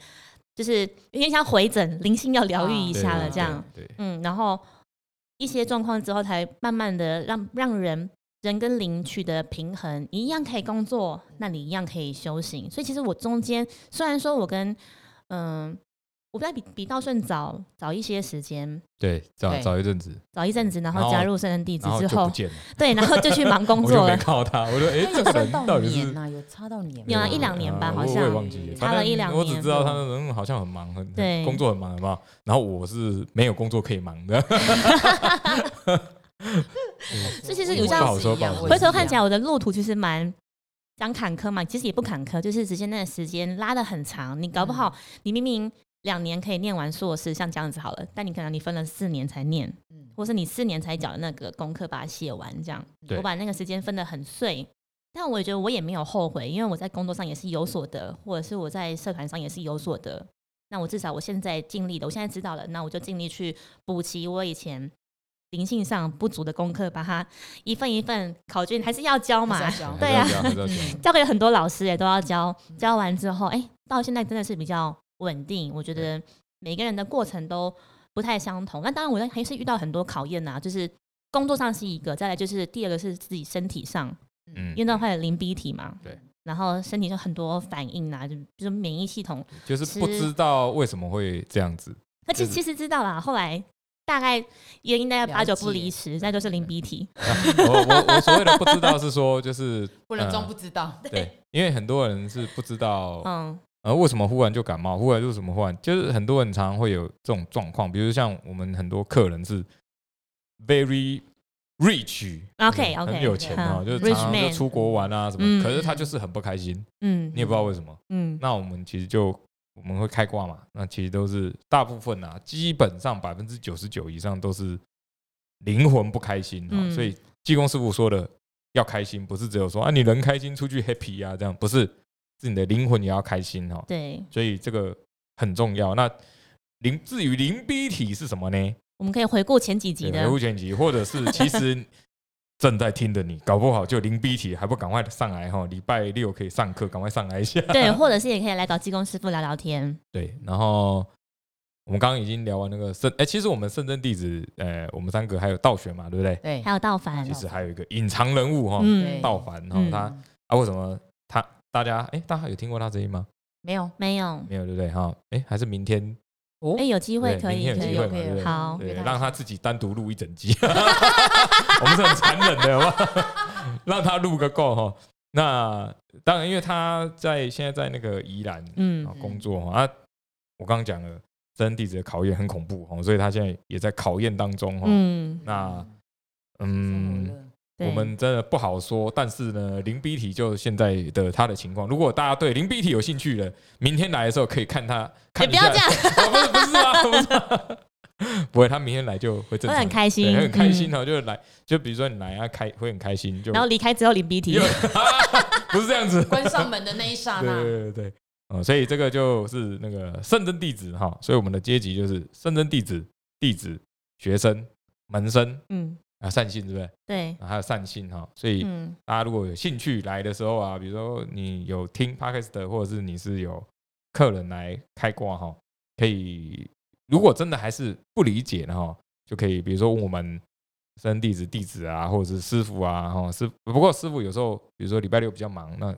Speaker 3: 就是有点像回诊，灵性要疗愈一
Speaker 1: 对
Speaker 3: 下了
Speaker 1: 对啊
Speaker 3: 这样。
Speaker 1: 对，对
Speaker 3: 嗯，然后一些状况之后，才慢慢的让让人人跟灵取得平衡，你一样可以工作，那你一样可以修行。所以其实我中间虽然说我跟嗯、我在比比道顺早早一些时间，
Speaker 1: 对，早
Speaker 2: 对
Speaker 1: 早一阵子，
Speaker 3: 早一阵子，然
Speaker 1: 然
Speaker 3: 后
Speaker 1: 后
Speaker 3: 加入圣人弟子
Speaker 1: 然后
Speaker 3: 之
Speaker 1: 就
Speaker 3: 后，
Speaker 1: 不见了，
Speaker 3: 对，然后就去忙 工
Speaker 1: 我
Speaker 3: 作
Speaker 1: 就没
Speaker 3: 了。
Speaker 1: 看到他。我说哎，这个
Speaker 2: 有差
Speaker 1: 人到
Speaker 2: 到
Speaker 1: 底是
Speaker 2: 年呐，有差到年吗，
Speaker 3: 有啊一两年吧
Speaker 1: 啊
Speaker 3: 好
Speaker 1: 我
Speaker 3: 像
Speaker 1: 我也忘记了，
Speaker 3: 差
Speaker 1: 反
Speaker 3: 了
Speaker 1: 正
Speaker 3: 一两
Speaker 1: 我只
Speaker 3: 年
Speaker 1: 知道
Speaker 3: 左
Speaker 1: 他
Speaker 3: 右
Speaker 1: 人好像很忙，很
Speaker 3: 对
Speaker 1: 工作很忙，很忙。然后我是没有工作可以忙的，
Speaker 3: 这其实有
Speaker 2: 我
Speaker 3: 像
Speaker 2: 也是
Speaker 1: 不好说
Speaker 2: 一样
Speaker 1: 不好说
Speaker 2: 我也
Speaker 3: 回
Speaker 2: 是
Speaker 3: 头
Speaker 2: 一
Speaker 3: 看起来，
Speaker 2: 样
Speaker 3: 我的路途其实蛮讲坎坷嘛，其实也不坎坷，就是只是那个时间拉的很长。你搞不
Speaker 2: 嗯
Speaker 3: 好，你明明两年可以念完硕士，像这样子好了，但你可能你分了四年才念，
Speaker 2: 嗯
Speaker 3: 或是你四年才缴的那个功课把它写完，这样
Speaker 1: 对
Speaker 3: 我把那个时间分得很碎。但我也觉得我也没有后悔，因为我在工作上也是有所得，或者是我在社团上也是有所得。那我至少我现在尽力的，我现在知道了，那我就尽力去补齐我以前灵性上不足的功课，把它一份一份考卷还是要交嘛，
Speaker 2: 还是要交
Speaker 3: 对啊
Speaker 1: 还是要讲还是要讲
Speaker 2: 嗯
Speaker 3: 交给很多老师也都要教，教完之后，哎、到现在真的是比较稳定。我觉得每个人的过程都不太相同。那当然，我还是遇到很多考验呐、就是工作上是一个，再来就是第二个是自己身体上，
Speaker 1: 嗯
Speaker 3: 因为那会有淋鼻体嘛，
Speaker 1: 对，
Speaker 3: 然后身体上很多反应啊，就就是免疫系统。
Speaker 1: 就是不
Speaker 3: 吃
Speaker 1: 知道为什么会这样子，
Speaker 3: 那其
Speaker 1: 就是
Speaker 3: 其实知道啦，后来大概原因大概八
Speaker 2: 了解
Speaker 3: 九不离十，那就是淋鼻体。
Speaker 1: 我我我所谓的不知道是说，就是
Speaker 2: 不能装
Speaker 1: 呃
Speaker 2: 不知道，
Speaker 1: 对，因为很多人是不知道，
Speaker 3: 嗯，
Speaker 1: 呃，为什么忽然就感冒，忽然就什么忽然，就是很多人常常会有这种状况，比如像我们很多客人是 very rich，
Speaker 3: OK，
Speaker 1: 很
Speaker 3: OK，
Speaker 1: 很有钱哦，
Speaker 3: 好
Speaker 1: 就是
Speaker 3: rich
Speaker 1: 常常就
Speaker 3: man
Speaker 1: 出国玩啊什
Speaker 3: 嗯
Speaker 1: 么，可是他就是很不开心，
Speaker 3: 嗯
Speaker 1: 你也不知道为什么。
Speaker 3: 嗯
Speaker 1: 那我们其实就我们会开挂嘛，那其实都是大部分啊，基本上百分之九十九以上都是灵魂不开心啊、
Speaker 3: 嗯
Speaker 1: 所以济公师傅说的要开心，不是只有说啊你人开心出去 happy 啊这样，不是是你的灵魂也要开心哦，
Speaker 3: 对，
Speaker 1: 所以这个很重要。那灵至于灵逼体是什么呢？
Speaker 3: 我们可以回顾前几集
Speaker 1: 对
Speaker 3: 的
Speaker 1: 维护全集，或者是其实正在听的你，搞不好就灵逼体还不赶快上来哈、礼拜六可以上课，赶快上来一下。
Speaker 3: 对，或者是也可以来找技工师傅聊聊天。
Speaker 1: 对，然后我们刚刚已经聊完那个圣，哎、其实我们圣真弟子，呃，我们三个还有道玄嘛，对不对？
Speaker 2: 对
Speaker 3: 还，有道凡
Speaker 1: 其，实哦还有一个隐藏人物哈、
Speaker 3: 嗯，
Speaker 1: 道凡哈、
Speaker 3: 嗯
Speaker 1: 他
Speaker 2: 嗯
Speaker 1: 啊，为什么他大家哎、大家有听过他声音吗？
Speaker 2: 没有
Speaker 3: 没有，
Speaker 1: 没有，对不对哈？哎、还是明天
Speaker 2: 哦
Speaker 3: 哎，，有机会
Speaker 1: 对
Speaker 3: 可以，
Speaker 1: 明天有
Speaker 3: 可
Speaker 1: 机会嘛，
Speaker 3: 以
Speaker 2: 可以
Speaker 1: 对不对？
Speaker 3: 好
Speaker 1: 对，
Speaker 2: 约
Speaker 1: 让他自己单独录一整集， 我们是很残忍的，好不好 让他录个够哈。那当然，因为他在现在在那个宜兰，
Speaker 3: 嗯
Speaker 1: 啊，工作哈啊，我刚刚讲了，真弟子的考验很恐怖哦，所以他现在也在考验当中哈。哦
Speaker 3: 嗯，
Speaker 1: 那
Speaker 2: 生活
Speaker 1: 嗯，
Speaker 2: 乐
Speaker 3: 对哎
Speaker 1: 我们真的不好说，但是呢，零 B 体就现在的他的情况，如果大家对零 B 体有兴趣的，明天来的时候可以看他
Speaker 3: 也
Speaker 1: 看一
Speaker 3: 不要
Speaker 1: 下
Speaker 3: 这。样，
Speaker 1: 啊不是不是啊，不是啊不会，他明天来就会正
Speaker 3: 会
Speaker 1: 常，
Speaker 3: 很开
Speaker 1: 对
Speaker 3: 心，
Speaker 1: 很开心
Speaker 3: 嗯。
Speaker 1: 哦，就来，就比如说你来啊，开会很开心，就
Speaker 3: 然后离开之后领鼻 涕
Speaker 1: 因为不是这样子，
Speaker 2: 关上门的那一刹
Speaker 1: 对
Speaker 2: 那，
Speaker 1: 对对对，哦，所以这个就是那个圣真弟子哈，所以我们的阶级就是圣真弟子、弟子、学生、门生
Speaker 3: 嗯，
Speaker 1: 啊，善信是不是？
Speaker 3: 对，
Speaker 1: 啊还有善信哈，所以
Speaker 3: 嗯，
Speaker 1: 大家如果有兴趣来的时候啊，比如说你有听 podcast 的，或者是你是有客人来开挂哈，可以如果真的还是不理解的哈，就可以比如说问我们生弟子弟子啊，或者是师傅啊哈，师不过师傅有时候比如说礼拜六比较忙，那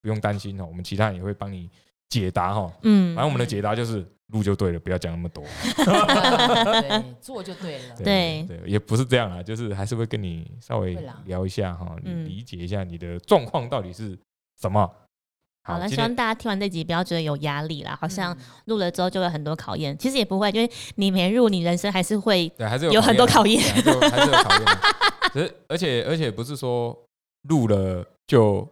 Speaker 1: 不用担心哦，我们其他人也会帮你解答哈。
Speaker 3: 嗯
Speaker 1: 反正我们的解答就是录就对了，不要讲那么多。
Speaker 2: 对，做就对了。
Speaker 1: 对对，也不是这样啊，就是还是会跟你稍微
Speaker 2: 会啦
Speaker 1: 聊一下哈，你
Speaker 3: 嗯
Speaker 1: 理解一下你的状况到底是什么。
Speaker 3: 好了，
Speaker 1: 今
Speaker 3: 希望
Speaker 1: 天
Speaker 3: 大家听完这集不要觉得有压力啦，好像
Speaker 2: 嗯
Speaker 3: 录了之后就有很多考验，其实也不会，因为你没入，你人生还是 会
Speaker 1: 对还是
Speaker 3: 有很多考验
Speaker 1: 验，。啊对还是有还是有考验的。 只是而且而且不是说录了就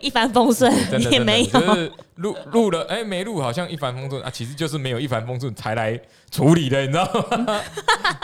Speaker 3: 一帆风顺
Speaker 1: 真 的
Speaker 3: 也
Speaker 1: 真
Speaker 3: 没
Speaker 1: 的
Speaker 3: 有，
Speaker 1: 就是录录了哎没录好像一帆风顺啊，其实就是没有一帆风顺才来处理的，你知道 吗？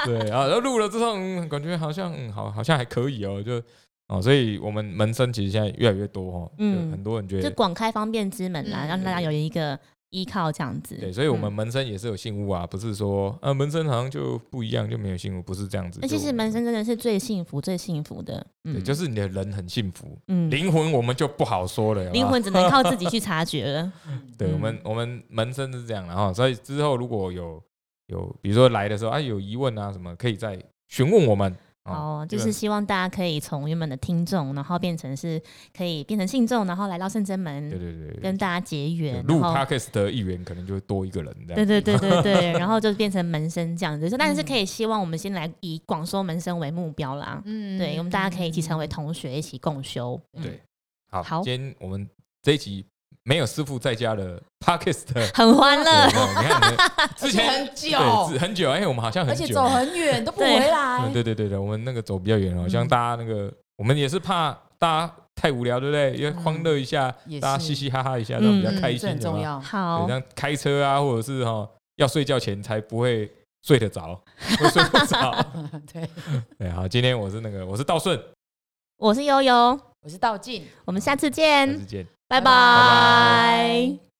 Speaker 1: 对啊，然后录了之后、嗯感觉好像、嗯、好好像还可以哦，就哦，所以我们门生其实现在越来越多哦，
Speaker 3: 嗯
Speaker 1: 嗯，很多人觉
Speaker 3: 就
Speaker 1: 得
Speaker 3: 广开方便之门啦，
Speaker 2: 嗯
Speaker 3: 让大家有一个依靠这样子。
Speaker 1: 对，所以我们
Speaker 3: 嗯
Speaker 1: 门生也是有信物啊，不是说呃门生好像就不一样就没有信物，不是这样子。
Speaker 3: 那其
Speaker 1: 就
Speaker 3: 实门生真的是最幸福、最幸福的，
Speaker 1: 对，
Speaker 3: 嗯，
Speaker 1: 就是你的人很幸福，
Speaker 3: 嗯，
Speaker 1: 灵魂我们就不好说了。有没有
Speaker 3: 灵。魂只能靠 自己去察觉了。
Speaker 1: 对我
Speaker 3: 嗯
Speaker 1: 们我们门生是这样，然后所以之后如果有有比如说来的时候啊有疑问啊什么，可以再询问我们。
Speaker 3: 哦，
Speaker 1: 基
Speaker 3: 就
Speaker 1: 本
Speaker 3: 是希望大家可以从原本的听众，然后变成是可以变成信众，然后来到圣真
Speaker 1: 对
Speaker 3: 门，
Speaker 1: 对对对
Speaker 3: 嗯跟大家结缘，
Speaker 1: 录
Speaker 3: 然后
Speaker 1: podcast 的一员可能就会多一个人这
Speaker 3: 对
Speaker 1: 样。
Speaker 3: 对对 对对，然后就变成门生这样子。但是可以希望我们先来以广收门生为目标啦。
Speaker 2: 嗯
Speaker 3: 对，我们大家可以一起成为同学，一起共修。嗯
Speaker 1: 对，好，
Speaker 3: 好
Speaker 1: 今天我们这一集没有师傅在家的 podcast，对
Speaker 3: 很欢乐。
Speaker 1: 你看 你们之
Speaker 2: 而且
Speaker 1: 前
Speaker 2: 嗯很久，
Speaker 1: 对，很久，哎，我们好像
Speaker 2: 而
Speaker 1: 很
Speaker 2: 且
Speaker 1: 久，
Speaker 2: 走很远都不回来
Speaker 1: 嗯，。对对对对，我们那个走比较远哦，
Speaker 2: 嗯
Speaker 1: 像大家那个，我们也是怕大家太无聊，对不对？要欢乐一下
Speaker 2: 嗯也，是
Speaker 1: 大家嘻嘻哈哈一下，这样比较
Speaker 2: 嗯
Speaker 1: 开
Speaker 2: 这
Speaker 1: 心，
Speaker 2: 很
Speaker 1: 有
Speaker 2: 重
Speaker 1: 没有
Speaker 2: 要。
Speaker 3: 好
Speaker 1: 对，，像开车啊，或者是哈要睡觉前才不会睡得着， 会睡不着。
Speaker 2: 对，
Speaker 1: 对，好，今天我是那个我是道顺，
Speaker 3: 我是悠悠，
Speaker 2: 我是道静，
Speaker 3: 我们下次
Speaker 1: 下
Speaker 3: 见，
Speaker 1: 次见。
Speaker 3: 拜
Speaker 2: 拜拜
Speaker 3: 拜。